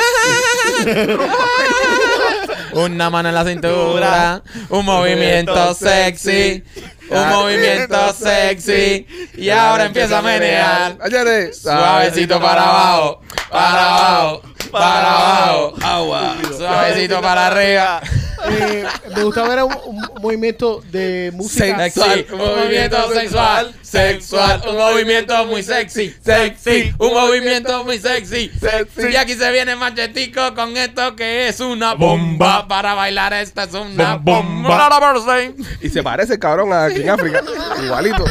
Una mano en la cintura, un movimiento sexy, un
<laughs>
movimiento sexy, y ahora empieza a menear.
Óyale.
Suavecito para abajo, para abajo, para abajo,
Agua.
suavecito para arriba.
eh, me gusta ver un, un movimiento de música.
Sexy, un movimiento sexual, sexual, un movimiento muy sexy, sexy, un movimiento muy sexy, sexy. Y aquí se viene machetico con esto que es una bomba para bailar. Esta es una bomba.
Y se parece el cabrón a King África. Igualito.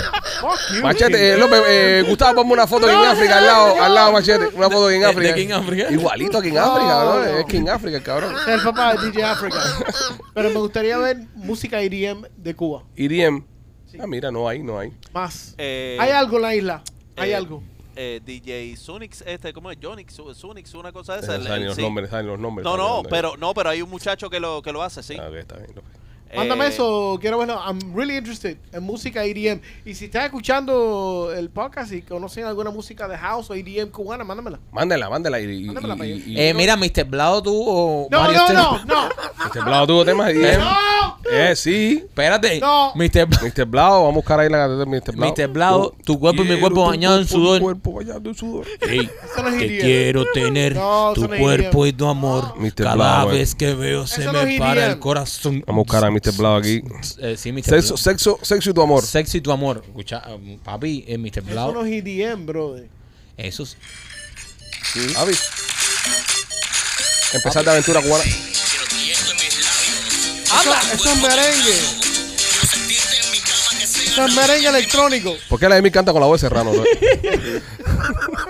Machete, eh, López, eh, Gustavo, ponme una foto de King África al lado, al lado, Machete. Una foto de King
de
África.
Este King África.
Igualito a King África,
No,
cabrón.
no.
Es King África, el cabrón.
Es El papá de DJ Africa. Pero me gustaría ver música EDM de Cuba.
EDM. Ah, mira, no hay, no hay.
Más.
Eh,
Hay algo en la isla. Hay
eh,
algo.
eh, DJ Sunix, este, ¿cómo es? Jonix, Su- Sunix, una cosa de esa.
Saben
el- el-
los
sí.
nombres, saben los nombres.
No,
saben
no,
los nombres.
pero no, pero hay un muchacho que lo que lo hace, sí.
Ah, ok, está bien, López.
Eh,
Mándame eso, quiero verlo. I'm really interested en música EDM. Y si estás escuchando el podcast y conocen alguna música de house o EDM cubana, mándamela.
Mándala, mándala. Y, y,
Mándamela para
y-
allá.
y-
Eh, mira, Mr. Blado tuvo
No,
varios
no,
temas.
no, no.
Mr. este, Blau tuvo temas de
Em.
EDM.
No.
Eh, sí.
Espérate.
No.
Mr. Blau.
Mr. Blau, vamos a buscar ahí la canción de Mr. Blau.
Mr. Blau, tu cuerpo y mi cuerpo bañado en sudor.
Tu cuerpo bañado en sudor.
Ey,
<laughs> Eso no es
te
idioma.
quiero tener
No, eso
tu
no es
cuerpo
idioma.
y tu amor.
No. Mr.
Cada
Blau, eh.
vez que veo se
Eso no
me
es
para
idioma.
el corazón.
Vamos a buscar a Mr. Blau aquí.
Eh, sí, Mr.
Sexo,
Blau.
sexo, sexo y tu amor.
Sexy tu amor. Escucha, um, papi, eh, Mr.
Eso no
Blau.
es EDM, brother.
Eso es.
Avi. Empezar de aventura cubana.
Eso es merengue. Eso es merengue electrónico.
¿Por qué la Emi canta con la voz de Serrano? no?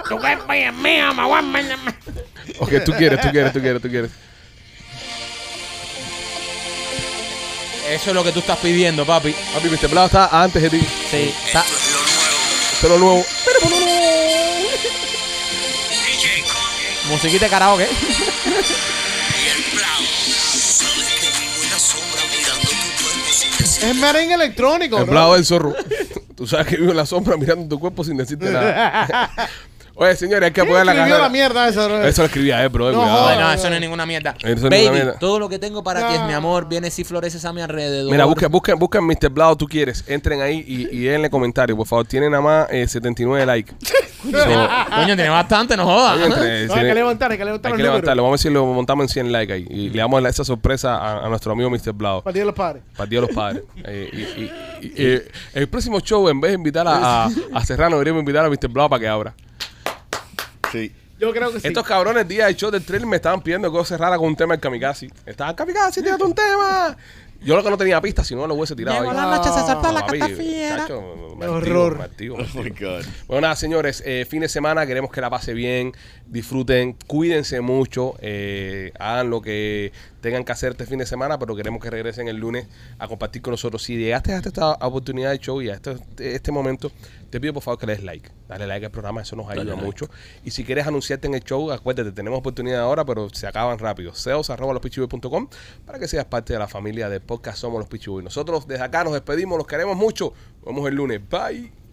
Tu cuerpo es mío, me voy a menear.
ok, tú quieres, tú quieres, tú quieres, tú quieres.
Eso es lo que tú estás pidiendo, papi.
Papi, Mr. Blau está antes de ti.
Sí, está-
Esto es lo nuevo.
musiquita de
<laughs>
karaoke.
Es merengue electrónico.
El
bro.
Blau del zorro. tú sabes que vivo en la sombra mirando tu cuerpo sin decirte nada. Oye, señores, hay que
¿Quién
apoyar la
escribió
carrera.
la mierda esa, bro?
Eso lo escribía, eh, bro. eh,
No,
cuidado.
Ay, no, eso no es ninguna mierda.
Eso no es ninguna
Baby,
mierda.
todo lo que tengo para ti es mi
No.
amor. Vienes y floreces a mi alrededor.
Mira, busquen, busquen, busquen Mr. Blau, tú quieres. Entren ahí y, y denle comentario, por favor. Tienen nada más eh, 79
<laughs>
likes. So,
Coño, tiene bastante, no jodas.
Oye, entre-
No, hay
tiene-
que levantar, hay que levantar
hay
el
que
número.
levantarlo. Vamos a decirlo, montamos en 100 likes ahí. Y le damos la- esa sorpresa a, a nuestro amigo Mr. Blau.
Para el Día de los padres.
Partido de los
<laughs>
padres. Eh, y- y- y- y- eh, el próximo show, en vez de invitar a, a- a Serrano, deberíamos invitar a Mr. Blau para que abra.
Sí.
Yo creo que sí.
Estos cabrones, el día del show del trailer, me estaban pidiendo cosas raras con un tema del kamikaze. Estaban, kamikaze, tírate un tema. Yo lo que no tenía pista, si no lo hubiese tirado. ahí.
noche se soltó
No, papi, chacho, me activo,
horror.
me activo.
Oh my God.
Bueno, nada, señores, eh, fin de semana, queremos que la pase bien, disfruten, cuídense mucho, eh, hagan lo que tengan que hacer este fin de semana, pero queremos que regresen el lunes a compartir con nosotros. Si llegaste hasta esta oportunidad de show y hasta este, este momento, te pido por favor que le des like. Dale like al programa, eso nos ayuda mucho. Y si quieres anunciarte en el show, acuérdate, tenemos oportunidad ahora, pero se acaban rápido. Seos arroba lospichiboy.com para que seas parte de la familia de podcast Somos los Pichiboy. Nosotros desde acá nos despedimos, los queremos mucho. Nos vemos el lunes. Bye.